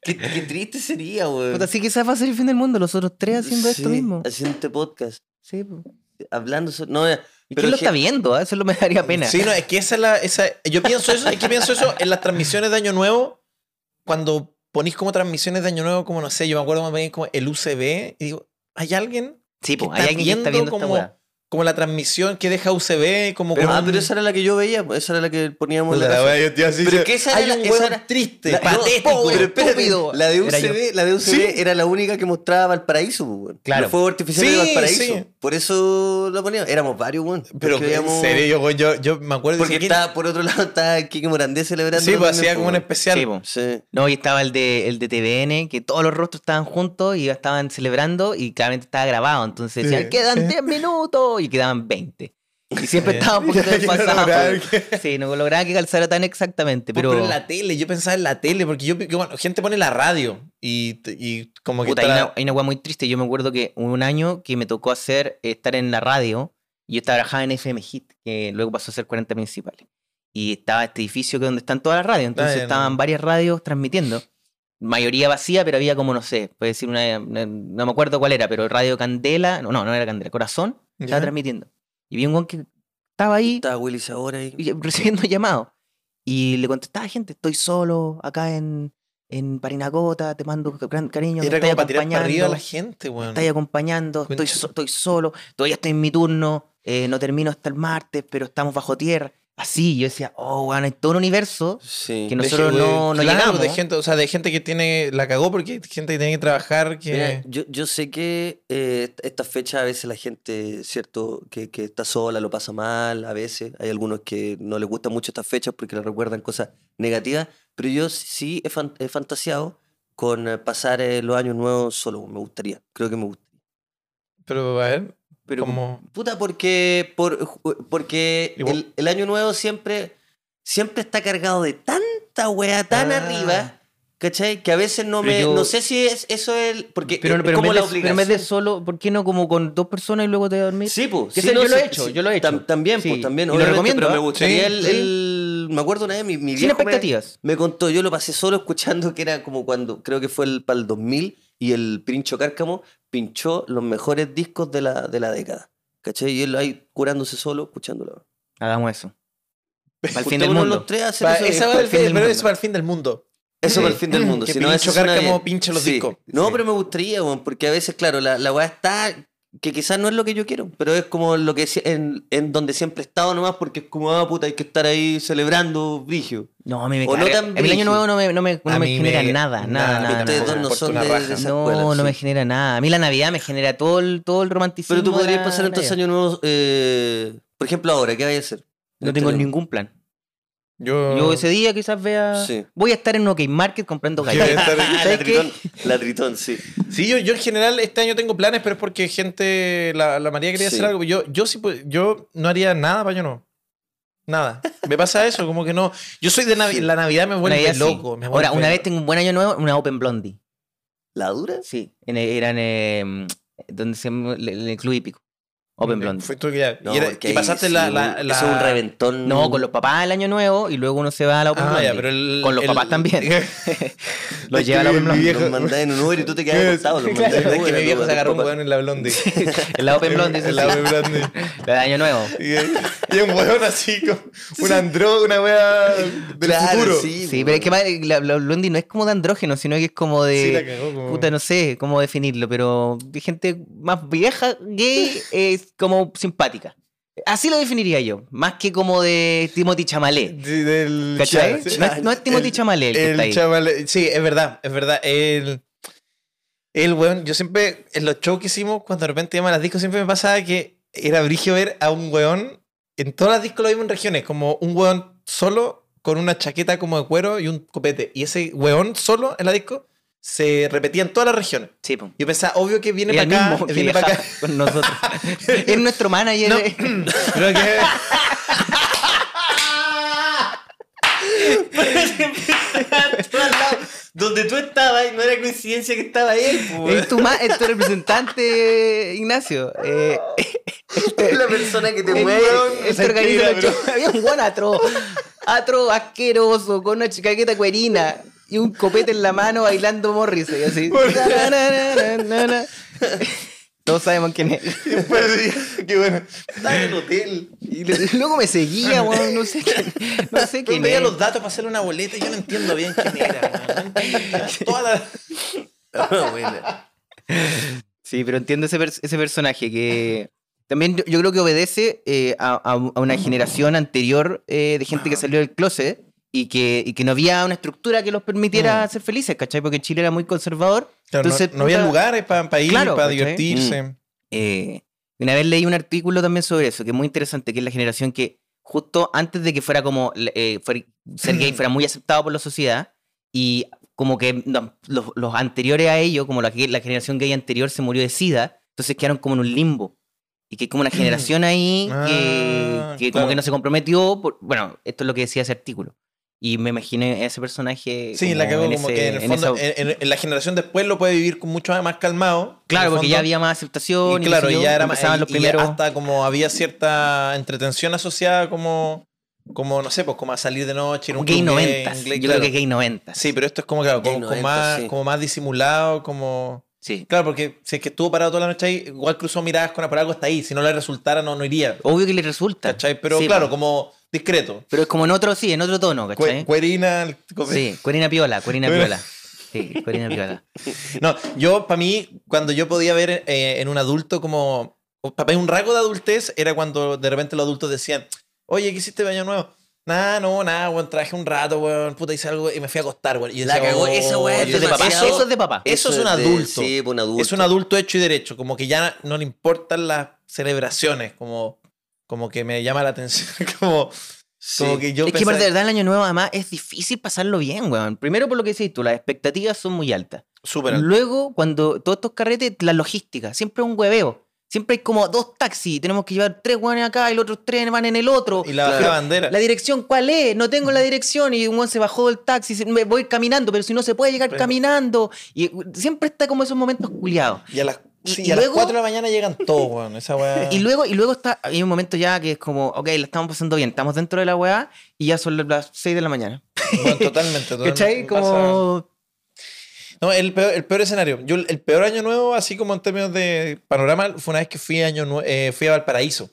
S3: ¿Qué, qué triste sería, güey.
S2: Puta, sí, quizás va a ser el fin del mundo, los otros tres haciendo esto mismo.
S3: Haciendo este podcast.
S2: Sí, po.
S3: Hablando. so- no, eh,
S2: ¿Y
S3: pero
S2: quién lo
S3: je-
S2: está viendo? ah? Eso es lo que me daría pena.
S1: Sí, no, es que esa es la. Esa, yo pienso eso, es que pienso eso en las transmisiones de Año Nuevo, cuando ponís como transmisiones de Año Nuevo, como no sé, yo me acuerdo cuando ponís como el UCB, y digo, ¿hay alguien?
S2: Sí, po,
S1: que
S2: hay
S1: está
S2: alguien que está viendo
S1: viendo
S2: esta
S1: como-
S2: weá.
S1: Como la transmisión que deja UCB, como.
S3: pero-
S1: como
S3: ah,
S1: un-
S3: pero esa era la que yo veía. pues, Esa era la que poníamos en
S1: Puta,
S3: la
S1: la
S3: casa.
S1: wea, yo te iba a decir,
S3: Pero que esa
S1: hay
S3: era la-
S1: un
S3: esa
S1: hueón
S3: era-
S1: triste,
S3: La- no,
S1: patético.
S3: pobre,
S1: pero
S3: espérate,
S2: estúpido.
S3: La de
S2: Era yo.
S3: UCB, la de UCB era la única que mostraba Valparaíso, pues, weón.
S2: Claro.
S3: Los fuegos artificiales de
S1: Sí,
S3: Valparaíso.
S1: sí.
S3: Por eso lo poníamos. Éramos varios, weón.
S1: pero
S3: Porque veíamos-
S1: en serio, yo, weón, yo, yo me acuerdo
S3: Porque
S1: de
S3: estaba, por otro lado, estaba Kike Morandé celebrando.
S1: Sí, pues
S3: también,
S1: hacía como un
S3: weón.
S1: especial.
S2: Sí, po.
S3: Sí.
S2: No, y estaba el de, el de TVN, que todos los rostros estaban juntos y estaban celebrando y claramente estaba grabado. Entonces decían,
S1: Sí.
S2: quedan 10 minutos y quedaban 20. Y siempre estaba un poquito
S1: Ya, que no
S2: desfasado.
S1: lograban
S2: sí, no lograba que calzara tan exactamente,
S1: Pues,
S2: pero...
S1: Pero... en la tele, yo pensaba en la tele, porque yo, yo- bueno, gente pone la radio y, y como que
S2: Puta,
S1: está
S2: hay,
S1: la-
S2: una, hay una weá muy triste. Yo me acuerdo que hubo un año que me tocó hacer estar en la radio. y Yo estaba trabajaba en FM Hit, que luego pasó a ser 40 principales. Y estaba este edificio que donde están todas las radios. Entonces
S1: Está bien.
S2: estaban varias radios transmitiendo. Mayoría vacía, pero había como, no sé, puede decir una, una- No me acuerdo cuál era, pero Radio Candela. No, no, no era Candela. Corazón estaba
S1: Ya.
S2: transmitiendo. Y vi un guan que estaba ahí
S3: Estaba Willis ahora ahí.
S2: y- recibiendo llamados. Y le contestaba gente, estoy solo acá en, en Parinacota, te mando gran cariño. me
S1: Era
S2: estáis
S1: como para tirar para arriba a
S2: acompañando,
S1: la gente, weón.
S2: estáis acompañando, estoy,
S1: Concha.
S2: so- estoy solo, todavía estoy en mi turno, eh, no termino hasta el martes, pero estamos bajo tierra. Así, yo decía, oh, bueno, hay todo un universo.
S3: Sí.
S2: que no- nosotros
S1: de-
S2: no
S1: claro,
S2: llegamos.
S1: De gente, o sea, de gente que tiene, la cagó porque hay gente que tiene que trabajar, que...
S3: Mira, yo, yo sé que eh, est- esta fecha a veces la gente, ¿cierto? Que, que está sola, lo pasa mal, a veces. Hay algunos que no les gustan mucho estas fechas porque les recuerdan cosas negativas. Pero yo sí he, fan- he fantaseado con eh, pasar eh, los años nuevos solo. Me gustaría, creo que me gustaría.
S1: Pero, a ver,
S3: Pero
S1: como...
S3: Puta, porque, por, ju- porque
S1: Igual.
S3: el, el año nuevo siempre, siempre está cargado de tanta wea tan
S1: Ah.
S3: arriba, ¿cachai? Que a veces no
S2: Pero
S3: me.
S2: yo-
S3: No sé si es, eso es. el- Porque
S2: Pero,
S3: es
S2: pero, en
S3: como
S2: vez
S3: la
S2: de- pero en vez de
S3: obligación.
S2: solo, ¿por qué no como con dos personas y luego te voy a dormir?
S3: Sí, pues.
S2: Que
S3: sí,
S2: sé,
S3: no,
S2: yo lo he
S3: sí,
S2: hecho,
S3: sí.
S2: yo lo he hecho.
S3: Tam- también,
S2: Sí,
S3: pues, también.
S2: y lo
S3: obviamente,
S2: recomiendo,
S3: Pero me
S2: ¿ah?
S1: Sí,
S3: gustaría el,
S1: sí.
S3: el- Me acuerdo una vez, mi, mi
S2: Sin
S3: viejo me-
S2: expectativas.
S3: me contó, yo lo pasé solo escuchando que era como cuando, creo que fue el, para el 2000, y el Pincho Cárcamo pinchó los mejores discos de la, de la década. ¿Cachai? Y él ahí curándose solo, escuchándolo.
S2: Hagamos eso. Al fin del
S3: Juntémonos
S2: mundo.
S3: los tres a hacer
S1: Pa-
S3: eso.
S1: esa va
S3: Para
S1: el
S3: el fin del
S1: pero
S3: mundo.
S1: eso para el fin del mundo.
S3: Eso para el fin del mundo.
S1: Que
S3: si no,
S1: Pincho
S3: eso suena
S1: Cárcamo
S3: bien.
S1: pinche los
S3: Sí.
S1: discos.
S3: No,
S1: Sí.
S3: pero me gustaría, weón, porque a veces, claro, la, la weá está que quizás no es lo que yo quiero, pero es como lo que si- en, en donde siempre he estado nomás, porque es como, ah, puta, hay que estar ahí celebrando, brigio.
S2: No, a mí me
S3: O no
S2: carga.
S3: tan
S2: A mí el año
S3: brígido.
S2: nuevo no me, no me, no
S1: A
S2: me
S1: mí
S2: genera
S1: me-
S2: nada, nada,
S1: nada,
S2: nada.
S3: Ustedes
S2: nada.
S3: dos no
S1: Por
S3: son
S1: una
S3: de, de
S1: raja.
S3: esa escuela.
S2: No, no me
S3: sí.
S2: genera nada. A mí la Navidad me genera todo el, todo el romanticismo.
S3: Pero tú
S2: de
S3: podrías
S2: la
S3: pasar entonces
S2: Navidad.
S3: año nuevo, eh, por ejemplo, ahora, ¿qué vaya a hacer?
S2: No tengo
S3: Este-
S2: ningún plan.
S1: Yo,
S2: Yo ese día quizás vea.
S3: Sí.
S2: Voy a estar en un OK Market comprando
S1: yo voy a
S2: galletas.
S1: estar-
S3: la, tritón, la tritón, sí.
S1: Sí, yo, yo en general este año tengo planes, pero es porque gente, la, la María quería
S3: Sí.
S1: hacer algo. Yo, yo sí, pu- yo no haría nada para yo no. Nada. Me pasa eso, como que no. Yo soy de Navi-
S3: Sí.
S1: la Navidad me vuelve
S2: Navidad sí.
S1: loco. me
S2: Ahora,
S1: vuelve-
S2: una vez tengo un buen año nuevo, una Open Blondie.
S3: ¿La dura?
S2: Sí. En, eran eh, donde se llama el, el club hípico. Open Blondie.
S1: Fue tú que ya-
S3: No,
S1: y, era-
S3: porque
S1: y
S3: ahí
S1: pasaste
S3: sí,
S1: la,
S3: un-
S1: la, la-
S3: Eso es un reventón.
S2: No, con los papás el año nuevo y luego uno se va a la Open
S1: Ah,
S2: Blondie.
S1: ya, pero el-
S2: Con los
S1: el-
S2: papás también. Los
S1: Es
S2: lleva a
S1: que
S2: la Open
S1: mi
S2: Blondie.
S1: viejo-
S3: Los mandáis en un Uber y tú te quedas acostado. Los
S1: Claro,
S3: mandáis en
S1: es que
S3: Uber,
S1: mi viejo
S3: los
S1: se agarró un
S3: papás.
S1: weón en la blondie.
S2: En la Open Blondie.
S1: En
S2: sí,
S1: la
S2: sí.
S1: Open Blondie.
S2: La de año nuevo.
S1: Y, y un weón así, como un andro, una wea del
S3: Claro,
S1: futuro.
S3: sí.
S2: Sí,
S3: weón.
S2: pero es que más- la, la Blondie no es como de andrógeno, sino que es como de.
S1: Sí, la cagó, como-
S2: Puta, no sé cómo definirlo, pero de gente más vieja, gay, es como simpática. Así lo definiría yo, más que como de Timothy Chamalé.
S1: Sí, del
S2: ¿Cachai?
S1: Chal-
S2: No es- no es Timothy
S1: el-
S2: Chalamet el que está ahí.
S1: Chalamet- sí, es verdad, es verdad. El, el weón, yo siempre, en los shows que hicimos, cuando de repente íbamos a las discos, siempre me pasaba que era brigio ver a un weón. En todas las discos lo vimos en regiones, como un weón solo con una chaqueta como de cuero y un copete. Y ese weón solo en la disco se repetía en todas las regiones.
S2: Sí, po.
S1: Yo pensaba, obvio que viene
S2: Era el
S1: para acá,
S2: mismo que
S1: viene para acá.
S2: viajaba con nosotros. es nuestro manager.
S1: No.
S2: eh.
S1: Creo que.
S3: Donde tú estabas y no era coincidencia que estaba pues. él, po, weón.
S2: Es tu, ma- es tu representante, Ignacio. Eh,
S3: Es la persona que te
S2: el
S3: mueve.
S2: weón
S1: se
S2: este organiza
S1: estira,
S2: los shows. Había un weón atro, atro asqueroso, con una chicaqueta cuerina y un copete en la mano bailando Morrissey, así. Na, na, na, na, na. Todos sabemos quién es.
S1: Qué bueno.
S3: Estaba en el hotel.
S2: Y le- luego me seguía, weón, no sé quién, no sé
S1: Pero
S2: quién
S1: veía
S2: es.
S1: los datos para hacerle una boleta y yo no entiendo bien quién era. weón. No entiendo. Toda la-
S3: No, bueno.
S2: Sí, pero entiendo ese, pers- ese personaje que también yo, yo creo que obedece eh, a, a- a una generación anterior eh, de gente que salió del closet y que, y que no había una estructura que los
S1: Mm.
S2: permitiera ser felices, ¿cachai? Porque Chile era muy conservador.
S1: Claro, no-
S2: Entonces,
S1: no, había
S2: puta,
S1: lugares para ir,
S2: Claro,
S1: para
S2: ¿cachai?
S1: divertirse.
S2: eh, una vez leí un artículo también sobre eso, que es muy interesante, que es la generación que justo antes de que fuera como eh, fuera- ser gay fuera muy aceptado por la sociedad y como que no, los, los anteriores a ello, como la, que- la generación gay anterior se murió de sida, entonces quedaron como en un limbo. Y que hay como una generación ahí que,
S1: Mm. Ah,
S2: que como
S1: claro.
S2: que no se comprometió. por- bueno, esto es lo que decía ese artículo. Y me imaginé a ese personaje.
S1: Sí, la
S2: como
S1: cagó
S2: en
S1: como
S2: ese-
S1: que en el fondo,
S2: esa-
S1: en, en- en la generación después lo puede vivir con mucho más calmado.
S2: claro,
S1: en el
S2: porque ya
S1: fondo.
S2: había más aceptación.
S1: Y claro, y
S2: qué sé yo,
S1: ya era más.
S2: empezaban los
S1: y- y ya
S2: primeros.
S1: hasta como había cierta entretención asociada como, como no sé, pues como a salir de noche. ir a
S2: Como
S1: un
S2: gay
S1: club
S2: 90.
S1: inglés,
S2: Yo creo
S1: claro.
S2: que gay 90.
S1: Sí, pero esto es como, claro,
S3: Gay
S1: como, con
S3: 90,
S1: más,
S3: sí.
S1: como más disimulado, como...
S2: Sí.
S1: Claro, porque si es que estuvo parado toda la noche ahí, igual cruzó miradas con por algo hasta ahí. Si no le resultara, no, no iría.
S2: Obvio que le resulta.
S1: ¿Cachai? Pero
S2: Sí,
S1: claro,
S2: po.
S1: como discreto.
S2: Pero es como en otro, sí, en otro tono,
S1: Cue-
S2: ¿cachai?
S1: Cuerina. el- como-
S2: Sí, cuerina piola, cuerina
S1: Bueno.
S2: piola. Sí, cuerina piola.
S1: No, yo, para mí, cuando yo podía ver eh, en un adulto como. Para mí, un rasgo de adultez era cuando de repente los adultos decían: Oye, ¿qué hiciste de año nuevo? Nah, no, nada, weón. Traje un rato, weón. Puta, hice algo y me fui a acostar, weón. Y yo
S3: La
S1: decía,
S3: cagó
S1: "Oh,
S3: esa
S1: yo-
S3: weá,
S2: Eso es de papá.
S3: demasiado-
S2: Eso es de papá.
S1: Eso es un
S3: de-
S1: adulto.
S3: Sí, pues, un adulto.
S1: Es un adulto hecho y derecho, como que ya no le importan las celebraciones, como, como que me llama la atención, como,
S3: Sí.
S1: como que yo
S2: es que de
S1: pensaba-
S2: verdad el año nuevo además es difícil pasarlo bien, weón. Primero por lo que decís tú, las expectativas son muy altas.
S1: súper alto.
S2: Luego, cuando todos estos carretes, la logística, siempre es un hueveo. Siempre hay como dos taxis, tenemos que llevar tres weones acá y los otros tres van en el otro.
S1: y la bajé la bandera.
S2: ¿La dirección cuál es? No tengo la dirección. Y un weón se bajó del taxi. se- Me voy caminando, pero si no se puede llegar
S1: Pero-
S2: caminando. Y eh, siempre está como esos momentos culiados.
S1: y a las,
S2: Y-
S1: sí,
S2: y
S1: y a las
S2: luego-
S1: 4 de la mañana llegan todos, weón, esa weá.
S2: Y luego, y luego está, hay un momento ya que es como, ok, la estamos pasando bien, estamos dentro de la weá y ya son las 6 de la mañana.
S1: Weón, totalmente, totalmente.
S2: ¿Cachai?
S1: Pasa-
S2: Como.
S1: No, el peor, el peor escenario. Yo, el peor año nuevo, así como en términos de panorama, fue una vez que fui, año nue- eh, fui a Valparaíso,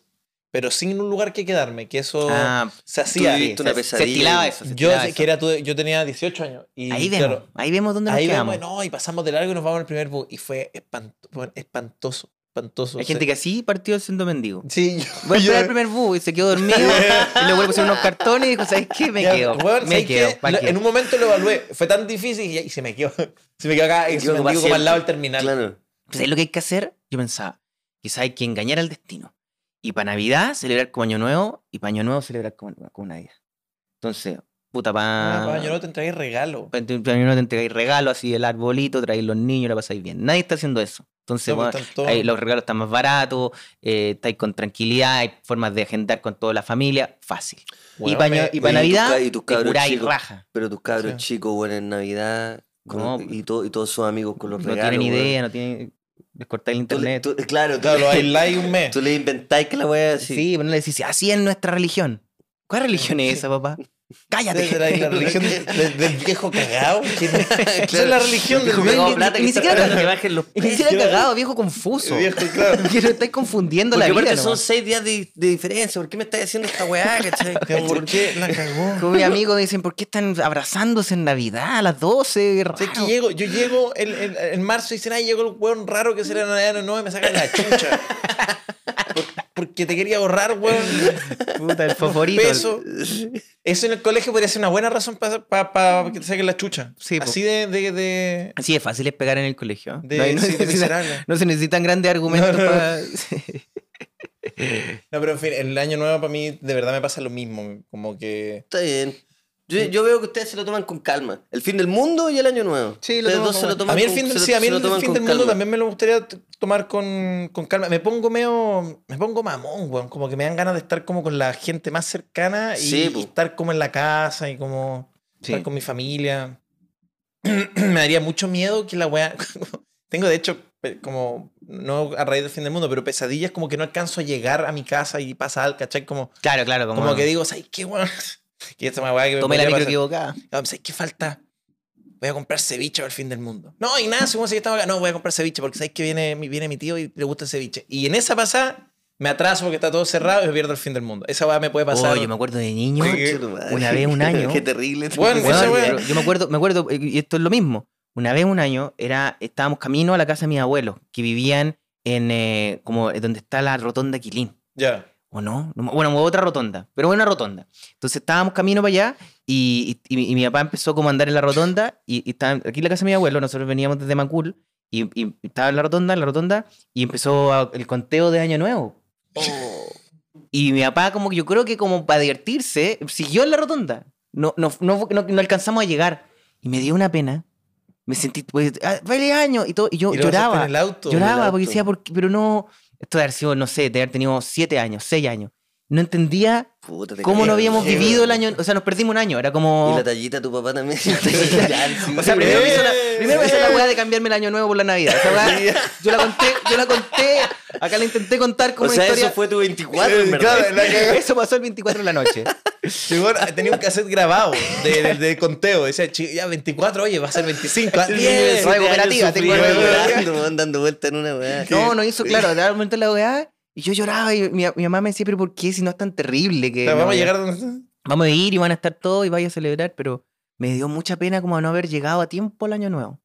S1: pero sin un lugar que quedarme, que eso
S2: Ah,
S1: Oh, se
S3: Tú
S1: hacía.
S3: viviste una
S2: se- se
S3: pesadilla.
S2: estilaba eso. se
S1: Yo,
S2: estilaba
S1: que
S2: eso.
S1: era, tu- yo tenía 18 años. Y,
S2: Ahí vemos,
S1: claro,
S2: ahí vemos dónde nos
S1: ahí
S2: quedamos.
S1: vemos, no, y pasamos de largo y nos vamos al primer bus. Y fue espanto- bueno, espantoso, espantoso.
S2: Hay gente que así partió siendo mendigo.
S1: Sí,
S2: Voy a
S1: yo-
S2: esperar el primer bus y se quedó dormido. y luego le pusieron unos cartones y dijo, ¿sabes qué? Me
S1: Ya,
S2: quedo.
S1: weón,
S2: me
S1: ¿sabes
S2: quedo.
S1: qué?
S2: pa'
S1: Lo-
S2: qué".
S1: En un momento lo evalué. Fue tan difícil y, y se me quedó. Se me quedó acá y se
S3: Yo
S1: me
S3: como
S1: quedó como al lado del terminal.
S3: Claro.
S2: Pues, ¿sabes lo que hay que hacer? Yo pensaba, quizá hay que engañar al destino. Y para Navidad celebrar como Año Nuevo y para Año Nuevo celebrar como, como Navidad. Entonces, puta,
S1: Ah,
S2: para
S1: pa, yo no te entregué regalo.
S2: Para Año Nuevo te entregáis regalos así el arbolito, traéis los niños, la pasáis bien. Nadie está haciendo eso. Entonces,
S1: No, pues,
S2: bueno,
S1: están todos-
S2: ahí los regalos están más baratos, eh, estáis con tranquilidad, hay formas de agendar con toda la familia, fácil. y
S1: Weón,
S2: para,
S1: me-
S2: y
S3: Oye,
S2: pa'
S3: y tus
S2: Navidad,
S3: ca- y tus
S2: te
S3: cabros
S2: curáis
S3: chicos.
S2: raja.
S3: Pero tus cabros
S1: Sí.
S3: chicos, bueno, en Navidad. con-
S2: No,
S3: y, todo, y todos sus amigos con los
S2: no
S3: regalos.
S2: tienen
S3: weón.
S2: idea, no tienen. Les cortáis el
S3: Tú le-
S2: internet.
S3: tú- claro, tú,
S1: Claro, lo aisláis un mes.
S3: tú le inventáis que la wea
S2: sí.
S3: así.
S2: pero no le decís, así es nuestra religión. ¿Cuál religión es
S1: sí.
S2: esa, papá?
S1: Esa era
S2: ¡Cállate!
S1: la religión de- de- del viejo cagado. Esa es
S3: Claro.
S1: la religión del
S3: Dijo,
S1: viejo
S3: "Pegado
S2: ni-
S3: plata,
S2: ni
S3: que está
S2: siquiera-
S3: esperando que bajen los
S2: Y Ni
S3: precios".
S2: siera cagado, viejo confuso.
S1: Viejo, claro.
S2: Porque lo estáis confundiendo
S3: Porque
S2: la vida.
S3: aparte son
S2: nomás.
S3: seis días de, de diferencia. ¿Por qué me estás haciendo esta weá, cachai?
S1: ¿Por qué la cagó?
S2: Como mis amigos me dicen, ¿por qué están abrazándose en Navidad a las 12?
S1: O sea, es que
S2: Raro.
S1: llego, yo llego el- el- en marzo y dicen, ay, llegó el hueón raro que será Navidad no, no, y me sacan la chucha. Por- porque te quería ahorrar, hueón.
S2: Puta, el favorito.
S1: Peso. Eso en el colegio podría ser una buena razón para que te saquen la chucha.
S2: Sí, po.
S1: Así de, de, de-
S2: Sí, es fácil es pegar en el colegio.
S1: de-
S2: no, hay- no
S1: sí, de
S2: se necesita-
S1: miserable.
S2: no se necesitan grandes argumentos
S1: No, no, no.
S2: para...
S1: No, pero en fin, el año nuevo para mí de verdad me pasa lo mismo. Como que.
S3: Está bien. Yo, yo veo que ustedes se lo toman con calma. El fin del mundo y el año nuevo.
S2: Sí, lo
S3: Ustedes
S2: toman
S3: dos
S2: con
S3: se lo
S2: calma.
S3: toman
S1: A mí el
S3: con-
S1: fin
S3: se
S1: del,
S3: lo-
S1: sí, a mí
S3: se lo
S1: el
S3: toman
S1: fin
S3: con
S1: del mundo
S3: calma.
S1: también me lo gustaría t- tomar con, con calma. Me pongo medio. Me pongo mamón, weón. Como que me dan ganas de estar como con la gente más cercana y,
S3: Sí, po.
S1: y estar como en la casa y como.
S2: Sí.
S1: Estar con mi familia. me daría mucho miedo que la weá. Tengo de hecho, pe- como. No a raíz del fin del mundo, pero pesadillas como que no alcanzo a llegar a mi casa y pasa algo, ¿cachai? Como,
S2: Claro, claro. Como,
S1: como que digo, ¿sabes qué, weón? Que esta weá que me
S2: tomé la
S1: podría
S2: micro
S1: pasar.
S2: equivocada.
S1: Ah, ¿Sabes qué falta? Voy a comprar ceviche para el fin del mundo. No, Ignacio, ¿cómo se estaba acá? No, voy a comprar ceviche porque sabes que viene, mi- viene mi tío y le gusta el ceviche. Y en esa pasada me atraso porque está todo cerrado y me pierdo el fin del mundo. Esa weá me puede
S2: Oh,
S1: pasar.
S2: yo me acuerdo de niño.
S3: Conche tu madre.
S2: Una vez un año.
S3: Qué terrible. tu
S1: Bueno,
S3: weá.
S1: esa
S2: Weón,
S1: weá.
S2: pero yo me acuerdo, me acuerdo, eh, y esto es lo mismo. Una vez un año era, estábamos camino a la casa de mis abuelos, que vivían en eh, como eh, donde está la rotonda Quilín.
S1: Ya.
S2: ¿O no? No me- Bueno, otra rotonda, pero una rotonda. Entonces estábamos camino para allá y, y- y mi- y mi papá empezó como a andar en la rotonda y, y estaba aquí en la casa de mi abuelo, nosotros veníamos desde Macul y, y estaba en la rotonda, en la rotonda y empezó a- el conteo de Año Nuevo. Y mi papá como que yo creo que como para divertirse, siguió en la rotonda. No, no, no, no, no alcanzamos a llegar y me dio una pena. Me sentí, pues, "Ah, feliz año y todo, y yo
S1: Y lo vas a estar
S2: lloraba.
S1: En el auto.
S2: Lloraba
S3: auto.
S2: porque decía, ¿por qué? pero no. Esto de haber sido, no sé, de haber tenido siete años, seis años. No entendía
S3: Puta, te
S2: cómo
S3: caí.
S2: no habíamos
S3: Sí,
S2: vivido el
S3: weón.
S2: año. O sea, nos perdimos un año. Era
S3: Y
S2: como.
S3: la tallita de tu papá también.
S2: O sea, primero me hizo la,
S1: Eh.
S2: primero me hizo la weá de cambiarme el año nuevo por la Navidad. Esa weá, yo la conté, yo la conté. Acá la intenté contar como
S3: O sea,
S2: una historia.
S3: eso fue tu 24, en
S1: Claro,
S3: verdad.
S1: la cagó.
S2: Eso pasó el 24 de la noche.
S1: Llegó, tenía un cassette grabado de, de- de conteo. Decía, "Chi- ya 24, oye, va a ser 25. ah, bien".
S2: Soy cooperativa, tengo
S3: Sufrido,
S1: algo.
S3: llorando, weón, dando vuelta en una weá.
S2: No, no hizo, claro, de momento la weá. Y yo lloraba y mi, mi mamá me decía, pero ¿por qué si no es tan terrible? que
S1: O sea,
S2: no
S1: Vamos a
S2: había-
S1: llegar a donde-
S2: vamos a ir y van a estar todos y vaya a celebrar, pero me dio mucha pena como no haber llegado a tiempo el año nuevo.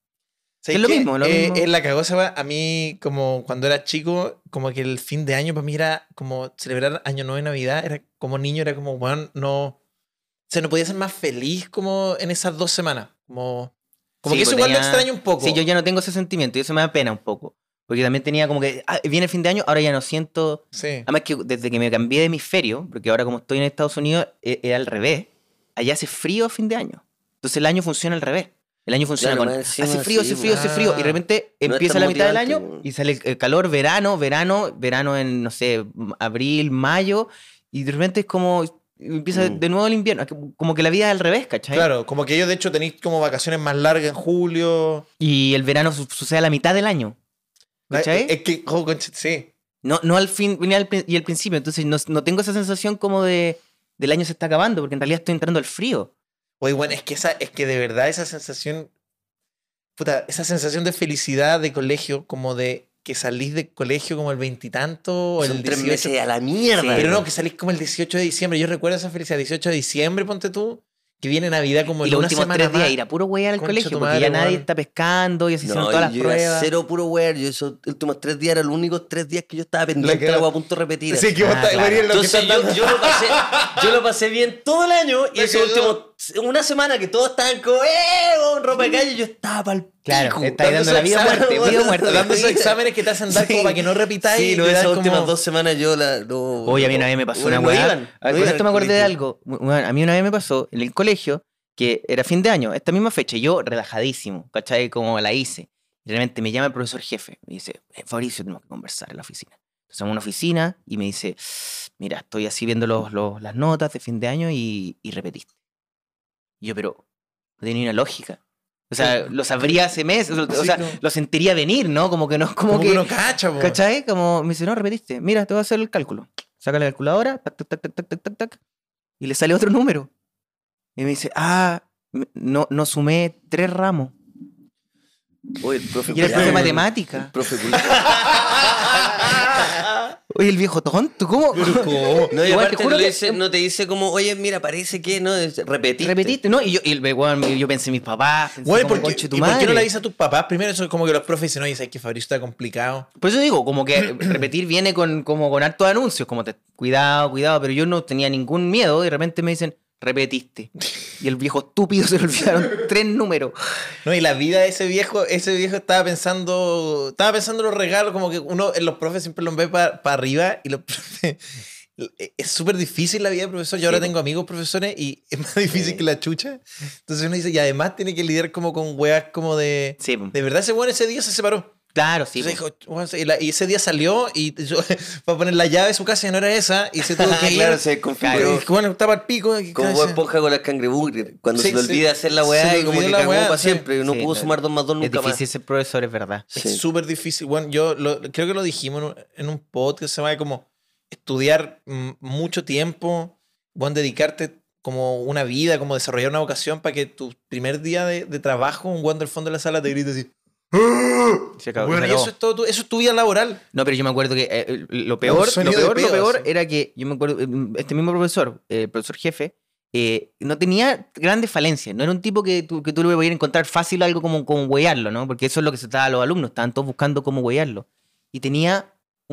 S1: ¿Sabes
S2: Es lo
S1: qué?
S2: mismo, lo
S1: Eh,
S2: mismo.
S1: En la cagó se va. A mí, como cuando era chico, como que el fin de año para mí era como celebrar Año Nuevo y Navidad. Era como niño, era como, weón, no. O sea, no podía ser más feliz como en esas dos semanas. Como, como
S2: Sí,
S1: que eso
S2: pues
S1: igual lo
S2: tenía-
S1: extraño un poco.
S2: Sí, yo ya no tengo ese sentimiento y eso me da pena un poco. Porque también tenía como que, ah, viene el fin de año, ahora ya no siento...
S1: Sí.
S2: Además que desde que me cambié de hemisferio, porque ahora como estoy en Estados Unidos, e- era al revés. Allá hace frío a fin de año. Entonces el año funciona al revés. El año funciona
S3: Claro,
S2: con...
S3: más encima
S2: hace frío,
S3: así,
S2: hace frío, hace frío. Y de
S1: ah,
S2: repente
S3: no es
S2: empieza
S3: tan
S2: la mitad del
S3: motivante,
S2: año
S3: weón.
S2: y sale el calor, verano, verano, verano en, no sé, abril, mayo. Y de repente es como... Empieza
S3: Mm.
S2: de nuevo el invierno. Como que la vida es al revés, ¿cachai?
S1: Claro, como que ellos de hecho tenéis como vacaciones más largas en julio.
S2: Y el verano su- sucede a la mitad del año. ¿Cachai?
S1: Es que, oh, concha, sí.
S2: No, no al fin ni al prin- y al principio. Entonces no, no tengo esa sensación como de del año se está acabando, porque en realidad estoy entrando al frío.
S1: Oye, bueno, es que, esa, es que de verdad esa sensación. puta, esa sensación de felicidad de colegio, como de que salís de colegio como el veintitanto o el
S3: Son tres
S1: 18.
S3: meses a la mierda.
S1: Pero no, que salís como el 18 de diciembre. Yo recuerdo esa felicidad. 18 de diciembre, ponte tú, que viene Navidad como
S2: Y
S1: en
S2: los
S1: una
S2: últimos
S1: semana
S2: tres días
S1: más.
S2: ir a puro weá al
S1: Concha tu
S2: colegio porque
S1: madre,
S2: ya nadie
S1: weón.
S2: está pescando, ya se pues, hicieron
S3: No,
S2: todas las
S3: yo era
S2: pruebas.
S3: cero puro wear. Yo esos últimos tres días eran los únicos tres días que yo estaba pendiente,
S1: que
S3: era
S1: era-
S3: a punto de repetir.
S1: Sí,
S3: así.
S1: que vos
S2: Ah,
S1: estás-
S2: claro.
S1: venís en lo que
S3: Entonces
S1: está
S3: yo, yo lo pasé, yo lo pasé bien todo el año y
S1: Me
S3: esos
S1: quedó-
S3: últimos una semana que todos estaban como ¡eh! un rompacalle yo estaba pa'l
S2: Claro,
S3: pico,
S2: está ahí dando
S3: dando
S2: la vida o
S3: esos
S2: muerte, vida o
S3: exámenes,
S2: muerte.
S1: dando esos exámenes que te hacen dar como para que no repitáis.
S3: Sí,
S1: y
S3: no,
S1: te
S3: esas
S1: dan
S3: últimas
S1: como-
S3: dos semanas yo la. No,
S2: Oye, a mí una vez me pasó una weá.
S3: Bueno,
S2: Ah, con esto me acordé de algo. Bueno, a mí una vez me pasó en el colegio, que era fin de año, esta misma fecha, y yo relajadísmo, ¿cachai? Como la hice. Y realmente me llama el profesor jefe, me dice, "Eh, Fabricio, tenemos que conversar en la oficina. Entonces vamos a una oficina y me dice, mira, estoy así viendo los, los- las notas de fin de año y, y repetiste. Y yo, pero no tiene ni una lógica. O sea, lo sabría hace meses, o, o
S1: Sí,
S2: sea,
S1: como-
S2: lo sentiría venir, ¿no? Como que no, como,
S1: Como
S2: que,
S1: que uno cacha, po.
S2: ¿Cachai? Como me dice, no, repetiste. Mira, te voy a hacer el cálculo. Saca la calculadora, tac, tac, tac, tac, tac, tac, tac, tac. Y le sale otro número. Y me dice, ah, me- no, no sumé tres ramos.
S3: Oye, el profe.
S2: Y era el
S3: culiao,
S2: profe de
S3: weón.
S2: matemática.
S3: Profe culiao.
S2: Oye, el viejo tonto, ¿cómo?
S3: No, y
S2: Igual, te
S3: aparte
S2: juro
S3: no le
S2: que- em
S3: dice- no te dice como, oye, mira, parece que no, es- repetiste.
S2: Repetiste, ¿no? Y yo, y el weón, yo pensé en mis papás. pensé
S1: Güey,
S2: como,
S1: ¿por qué,
S2: "Conche
S1: ¿y por qué no
S2: madre".
S1: le avisas a tus papás? Primero, eso es como que los profes dicen, oye, sabes que Fabricio está complicado.
S2: Por eso digo, como que repetir viene con, como con hartos anuncios, como te, cuidado, cuidado, pero yo no tenía ningún miedo y de repente me dicen, repetiste. Y el viejo estúpido se le olvidaron tres números.
S1: No, y la vida de ese viejo, ese viejo estaba pensando, estaba pensando en los regalos, como que uno, en los profes siempre los ve para arriba y los profes- e, Es súper difícil la vida de profesor. Yo ahora tengo amigos profesores y es más difícil que la chucha. Entonces uno dice, y además tiene que lidiar como con weas como de...
S2: Sí,
S1: De verdad, ese weón ese día se separó.
S2: claro, sí.
S1: Entonces dijo, "Weón, se- y, la- y ese día salió y yo, para poner la ave de su casa y no era esa y se tuvo que ir.
S3: claro, se
S1: Pero
S3: configuró.
S1: es que, bueno, estaba al pico. y
S3: Como
S1: claro,
S3: Bob
S1: se-
S3: esponja con las cangrebugres. Cuando
S1: Sí,
S3: se le
S1: sí.
S3: olvida hacer la
S1: Se
S3: weá
S1: le
S3: y como que
S1: olvidó la
S3: cagó
S1: weá,
S3: para
S1: sí.
S3: siempre. Y no
S2: Sí,
S3: pudo
S2: no.
S3: sumar dos más dos
S2: Es
S3: nunca
S2: difícil
S3: más.
S2: ser profesor, es verdad.
S3: Sí.
S1: Es súper difícil. Bueno, yo lo- creo que lo dijimos en un, en un podcast, se llama como estudiar mm, mucho tiempo, bueno, dedicarte como una vida, como desarrollar una vocación para que tu primer día de, de trabajo, un guan del fondo de la sala te grite así.
S2: Se acabó,
S1: "Weón,
S2: se
S1: y
S2: acabó.
S1: eso es todo, tu- eso es tu vida laboral.
S2: No, pero yo me acuerdo que eh, eh, lo peor, lo
S1: sonido de
S2: peor, lo
S1: pedo,
S2: peor
S1: sí.
S2: era que yo me acuerdo, eh, este mismo profesor, eh, el profesor jefe, eh, no tenía grandes falencias. No era un tipo que tú, que tú le podías encontrar fácil algo como, como huearlo, ¿no? Porque eso es lo que se estaba a los alumnos, estaban todos buscando cómo huearlo. Y tenía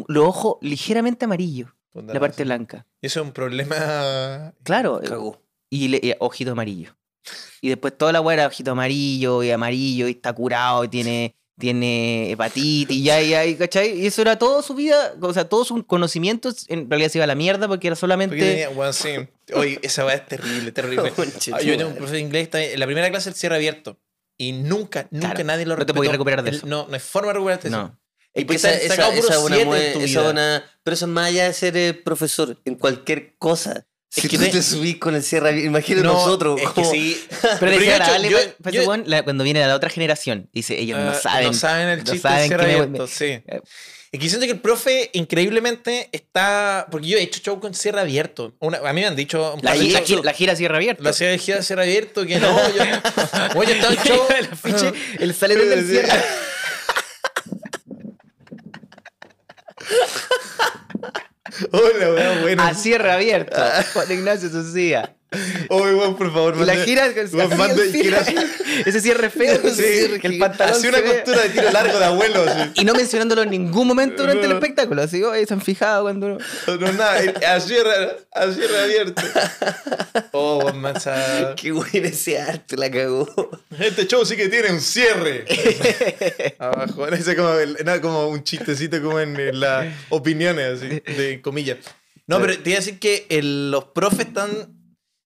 S2: los ojos ligeramente amarillos,
S1: Puta,
S2: la parte blanca.
S1: Eso es un problema.
S2: Claro, eh,
S3: Cagó.
S2: y, le- y ojito amarillo. Y después toda la weá era ojito amarillo y amarillo y está curado y tiene, tiene hepatitis y ya, ya, y ¿cachai? Y eso era toda su vida, o sea, todos sus conocimientos en realidad se iba a la mierda porque era solamente...
S1: Porque tenía, weón, sí. Oye, esa va es terrible,
S2: Oh,
S1: terrible.
S3: Conche
S1: Ah,
S3: tu
S1: yo tengo un
S3: madre.
S1: profe de inglés, también, en la primera clase el cierre abierto. Y nunca, nunca
S2: Claro,
S1: nadie lo
S2: no te podías
S1: respetó.
S2: recuperar de
S1: El-
S2: eso.
S1: No, no hay forma de recuperarte de eso. Y
S2: No.
S3: Es que
S1: porque
S3: pues esa,
S1: te han sacado
S3: esa,
S1: puros
S3: esa una,
S1: siete en
S3: mue-
S1: tu
S3: esa
S1: vida.
S3: una- Pero eso es más allá de ser eh, profesor en cualquier cosa.
S1: Es
S3: Si
S1: que
S3: tú
S1: pues te-
S3: te subís con el cierre, abierto, imagínate
S1: No,
S3: nosotros.
S1: es que
S3: como-
S1: sí. eh,
S2: Pero
S1: Pero yo,
S2: desagradable
S1: yo-
S2: pa- pa ese
S1: yo-
S2: weón, la- cuando viene la otra generación, dice, ellos no
S1: Ah,
S2: saben.
S1: No saben el
S2: no
S1: chiste
S2: saben
S1: del cierre
S2: que me-
S1: abierto,
S2: me-
S1: sí.
S2: eh.
S1: Es que siento que el profe, increíblemente, está. Porque yo he hecho show con cierre abierto. Una- a mí me han dicho. Un
S2: La,
S1: par de
S2: gi- la,
S1: shows-
S2: gi- la gira cierra abierto.
S1: Lo hacía de gira de cierre abierto, que no. Yo, Oye, estaba en show.
S2: el afiche, el saletón del cierre.
S1: Hola, weón, bueno.
S2: A cierre abierto.
S1: Ah.
S2: Juan Ignacio Sucía.
S1: Oye, weón, por favor,
S2: Y La
S1: mande-
S2: gira,
S1: weón, mande
S2: así el
S1: gira-
S2: cierre, ese cierre feo, que se- que el pantalón
S1: Hacía una
S2: se ve.
S1: costura de tiro largo de abuelo. así.
S2: Y no mencionándolo en ningún momento durante el
S1: No.
S2: espectáculo, así, oye, se han fijado cuando uno...
S1: No, nada, a cierre, a cierre abierto. Oh, weón, mansa.
S3: Qué bueno ese arte, la cagó.
S1: Este show sí que tiene un cierre. Abajo. no sé, como, el- no, como un chistecito como en, en las opiniones, así, de comillas. No, pero te iba a decir que el- los profes están...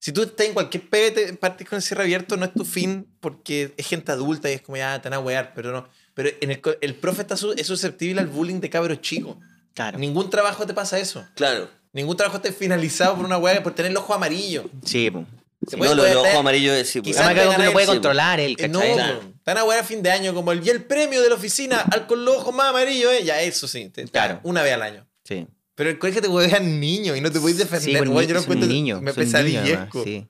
S1: Si tú estás en cualquier pegue, te partes con el cierre abierto, no es tu fin, porque es gente adulta y es como, ya, te van a wear, pero no. Pero en el, co- el profe está su- es susceptible al bullying de cabros chicos.
S2: Claro.
S1: Ningún trabajo te pasa eso.
S3: Claro.
S1: Ningún trabajo te finalizado por una weá, por tener el ojo amarillo.
S2: Sí, po.
S1: Te
S3: no,
S1: pueden
S3: lo,
S1: wear-
S3: los ojos amarillos es sí, pues.
S1: Quizás
S2: Además que
S1: te
S2: algo que no
S1: gané,
S2: puede
S1: sí, po.
S2: controlar él,
S1: Eh, No,
S2: ¿cachai?
S1: po. están a wear a fin de año, como el, y el premio de la oficina al con los ojos más amarillos, eh. Ya, eso sí, te- te-
S2: Claro.
S1: una vez al año. pues,
S2: Sí.
S1: Pero el colegio te huevean niño y no te puedes defender.
S2: Sí, po,
S1: weón,
S2: ni-
S1: yo no
S2: soy
S1: encuentro-
S2: niño,
S1: me
S2: soy niño, además,
S1: pesadillezco.
S2: sí.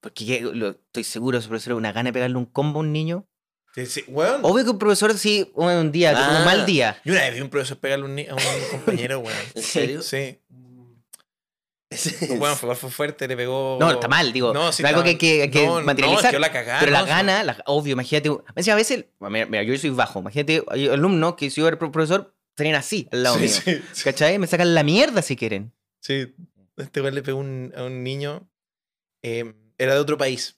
S2: Porque que- lo- estoy seguro, su profesor, una gana de pegarle un combo a un niño.
S1: Sí, sí, weón.
S2: Obvio que un profesor sí, un día,
S3: Ah.
S2: un mal día.
S1: Yo una vez vi un profesor pegarle un ni- a un compañero, weón.
S3: ¿En serio?
S1: Sí. Bueno, fue, fue fuerte, le pegó.
S2: No, está mal, digo.
S1: No, sí,
S2: es algo
S1: está-
S2: que, que, que
S1: no, no,
S2: materializar.
S1: es que la
S3: Ah,
S1: cagá,
S2: pero la
S1: no, sí.
S2: gana, la- obvio, imagínate. me decía, a veces, mira, mira, yo soy bajo. Imagínate, hay alumnos que si yo era pro- profesor, serían así al lado
S1: Sí,
S2: mío.
S1: sí, sí.
S2: ¿Cachai? Me sacan la mierda si quieren.
S1: Sí. Este weón le pegó un- a un niño. eh, era de otro país.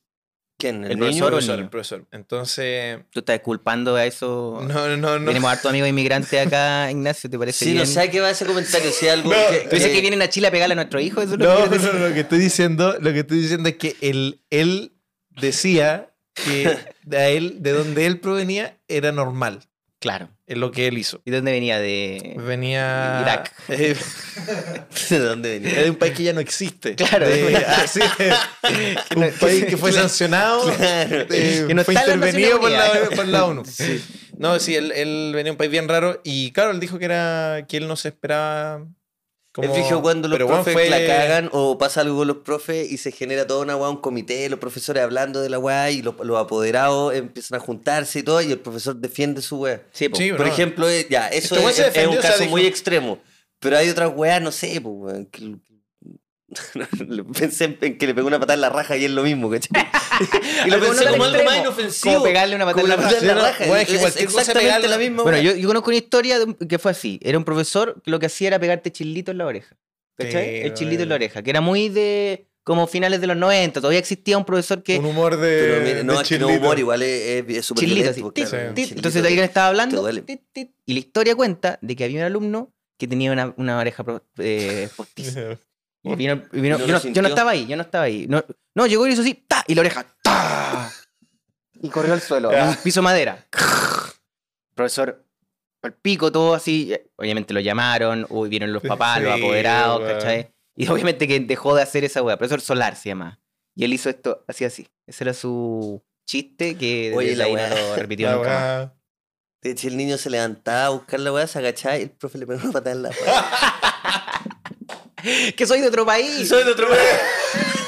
S3: ¿Quién? ¿El,
S2: El
S3: niño?
S2: profesor o el niño?
S1: el profesor. Entonces.
S2: Tú estás culpando a eso.
S1: No, no, no.
S2: Tenemos harto amigos inmigrantes acá, Ignacio, ¿te parece
S3: Sí,
S2: bien?
S3: no sé eh, a qué va ese comentario. Si algo
S1: No.
S2: Tú dices que vienen a Chile a pegarle a nuestro hijo, eso es lo que
S1: No,
S2: quieres
S1: no,
S2: decir?
S1: no, lo que estoy diciendo, lo que estoy diciendo es que él, él decía que a él, de donde él provenía, era normal
S2: Claro.
S1: es lo que él hizo.
S2: ¿Y dónde venía? De.
S1: Venía
S2: Irak.
S1: Eh,
S3: ¿De dónde venía?
S1: era de un país que ya no existe.
S2: Claro.
S1: De- así es. un país que fue sancionado,
S3: Claro.
S1: eh,
S2: Que no
S1: fue
S2: está en la
S1: intervenido por
S2: Naciones
S1: la,
S2: Unidas.
S1: por la ONU. No, sí, él, él venía de un país bien raro y claro, él dijo que era que él no se esperaba. como-
S3: Él dijo cuando los
S1: pero, bueno,
S3: profes
S1: fue-
S3: la cagan o pasa algo con los profes y se genera toda una weá, un comité, los profesores hablando de la weá y los, los apoderados empiezan a juntarse y todo y el profesor defiende su weá.
S2: Sí, po.
S1: Sí,
S3: Por
S1: no.
S3: ejemplo, eh, ya,
S1: Este
S3: eso
S1: weón
S3: es,
S1: se
S3: es
S1: defendió,
S3: un
S1: o sea,
S3: caso
S1: dijo-
S3: muy extremo. Pero hay otras weas, no sé, po, weón, que- le- Pensé en- en que le pegó una patada en la raja y es lo mismo, ¿cachai? y lo
S2: Algo Ah, no
S3: pensé
S2: tan
S3: como algo más
S2: extremo,
S3: inofensivo.
S2: como pegarle una patada
S3: Como
S2: en la
S1: raja. Sí, no, weón, es
S3: Es,
S1: que cualquier cosa
S3: exactamente
S1: pegarle-
S3: la misma
S2: Bueno,
S3: wea.
S2: yo, yo conozco una historia de un- que fue así. Era un profesor que lo que hacía era pegarte chilito en la oreja. ¿Cachai?
S1: Sí,
S2: el chilito en
S1: bueno.
S2: la oreja, que era muy de como finales de los 90. Todavía existía un profesor que...
S1: un humor de.
S3: Pero mira, no,
S1: de
S3: es que no
S1: chirlito.
S3: humor, igual es es- es súper
S2: chilito, así,
S3: violento,
S2: tit,
S3: claro,
S2: tit.
S3: chilito.
S2: Entonces alguien estaba hablando
S3: duele.
S2: tit, tit, y la historia cuenta de que había un alumno que tenía una, una oreja pro- eh, postiza. Y vino- y vino-
S3: ¿No lo
S2: yo, no, yo
S3: sintió?
S2: no estaba ahí, yo no estaba ahí. No, no, llegó y hizo así, ¡ta! y la oreja, ¡ta! Y corrió al suelo, a un piso madera. Profesor, al pico, todo así. eh, Obviamente lo llamaron, uy, vieron los papás, los
S1: Sí,
S2: apoderados,
S1: weón.
S2: ¿cachai? Y obviamente que dejó de hacer esa weá. Profesor Solar se llama. Y él hizo esto, así, así. Ese era su chiste que
S3: Oye,
S2: desde
S3: la
S2: ahí no
S3: weá.
S2: lo repitió
S1: La
S2: nunca más.
S1: weá.
S3: De hecho, el niño se levantaba a buscar la weá, se agachaba y el profe le pegó una patada en la weá.
S2: Que soy de otro país.
S3: de otro weá.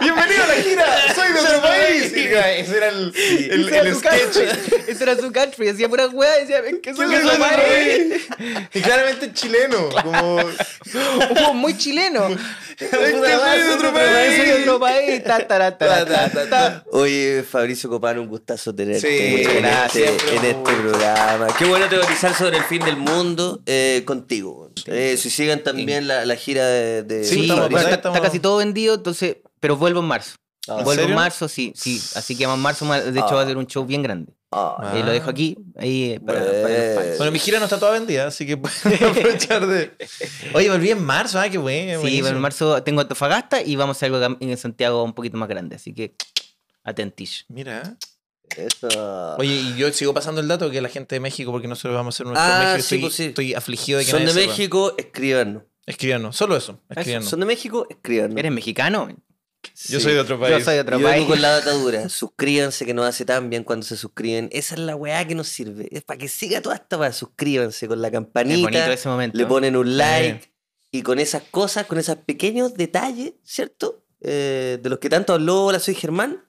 S1: Bienvenido a la gira, soy de otro país. Sí, Ese era el, el,
S2: Ese era
S1: el
S2: su
S1: sketch.
S2: country. Ese era su country. Decía pura weá, decía, "Es que soy
S1: Soy
S2: de
S1: de
S2: otro
S1: otro
S2: país.
S1: país. Y claramente chileno. Como.
S2: Hubo muy chileno.
S1: Este es de otro país.
S2: Soy de otro país. Ta, ta, ra, ta, ra, ta, ta, ta.
S3: Oye, Fabricio Copano, un gustazo tenerte
S1: Sí,
S2: muchas
S3: en,
S2: gracias,
S3: este, en este programa. Qué bueno teorizar sobre el fin del mundo eh, contigo. Eh, si sigan también la, la gira de... de
S1: Sí,
S2: Sí,
S1: estamos-
S2: pero está,
S1: estamos-
S2: está casi todo vendido, entonces. Pero vuelvo en marzo.
S3: Ah,
S1: ¿en
S2: vuelvo
S1: serio?
S2: en marzo, sí, sí. Así que en marzo, de hecho,
S3: Ah.
S2: va a ser un show bien grande.
S3: Ah,
S2: Eh, lo dejo aquí, ahí eh, para, para los fans.
S3: bueno,
S1: Bueno, mi gira no está toda vendida, así que pueden aprovechar de. Oye, volví en marzo, ah, qué bueno.
S2: Sí,
S1: buenísimo.
S2: bueno, en marzo tengo Antofagasta y vamos a hacer algo acá en Santiago un poquito más grande, así que atentish.
S1: Mira.
S3: eso.
S1: Oye, y yo sigo pasando el dato que la gente de México, porque nosotros vamos a hacer nuestro
S3: Ah,
S1: México.
S3: sí,
S1: estoy,
S3: pues sí.
S1: estoy afligido de que
S3: Son de
S1: nadie sepa.
S3: México, escríbanos.
S1: Escríbanos, solo eso. Escríbanos.
S3: Son de México, escríbanos.
S2: ¿Eres mexicano?
S1: Yo soy de otro país.
S2: Yo soy de otro
S3: Yo vengo
S2: país.
S3: con la data dura. Suscríbanse, que nos hace tan bien cuando se suscriben. Esa es la weá que nos sirve. Es para que siga toda esta weá. Suscríbanse con la
S2: Es bonito
S3: campanita.
S2: ese momento.
S3: Le ponen un like. Y con esas cosas, con esos pequeños detalles, ¿cierto? Eh, de los que tanto habló Hola Soy Germán.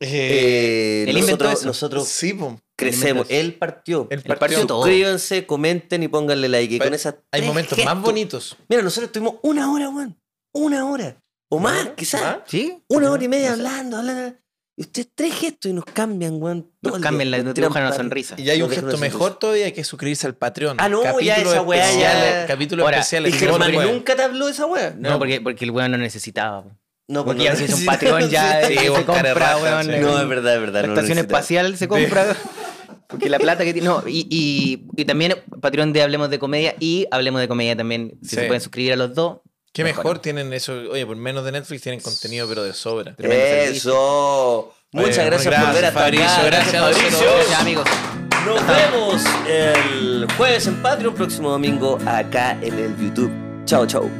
S1: Eh,
S3: Eh,
S2: él inventó
S3: nosotros
S2: eso.
S3: nosotros
S1: sí, pues. po.
S3: crecemos.
S2: inventó
S3: Él partió.
S1: Él
S2: El partido
S1: partió.
S2: todo.
S3: Suscríbanse, comenten y pónganle like. Y
S1: Pa-
S3: con esas
S1: Hay
S3: tres
S1: momentos
S3: gestos-
S1: más bonitos.
S3: Mira, nosotros tuvimos una hora, weón. Una hora. O
S1: ¿Una
S3: más,
S1: hora?
S3: quizás.
S1: ¿Más?
S2: ¿Sí?
S3: Una hora y media
S2: No sé.
S3: hablando, hablando. Y ustedes tres gestos y nos cambian, weón. todo
S2: Nos
S3: el
S2: cambian
S3: día.
S2: la
S3: Nos
S2: nos
S3: tiran
S2: dibujan una
S3: para-
S2: sonrisa.
S1: Y hay un
S3: Lo dejo
S1: gesto
S3: en ese
S1: mejor todavía que es suscribirse al Patreon.
S3: Ah, no, ya esa weá
S1: especial-
S3: ya-
S1: Capítulo
S2: Ahora,
S1: especial.
S3: Y
S1: el
S3: Germán
S1: gordo, weón.
S3: nunca te habló de esa weá.
S2: No, porque, porque el weón no necesitaba. po.
S3: No, pues
S2: Porque
S3: no
S2: ya se hizo un
S3: necesita-
S2: Patreon ya
S1: Sí,
S2: eh, se
S1: con cara
S2: compra,
S1: raja,
S2: weón.
S1: sí.
S2: eh,
S3: No, es verdad, es
S2: La
S3: verdad. no
S2: estación
S3: necesita.
S2: espacial se compra. Porque la plata que tiene. No, y, y, y también Patreon de Hablemos de Comedia y Hablemos de Comedia también. Si
S1: Sí.
S2: se pueden suscribir a los dos.
S1: Qué
S2: Mejor.
S1: mejor tienen eso. Oye, por menos de Netflix tienen contenido, pero de sobra.
S3: Eso. Muchas
S1: Oye,
S3: gracias, por
S1: gracias,
S3: ver hasta
S1: Fabricio,
S3: acá.
S1: gracias,
S3: Fabricio.
S2: Gracias, amigos.
S3: Nos vemos el jueves en Patreon, próximo domingo acá en el YouTube. Chao, chao.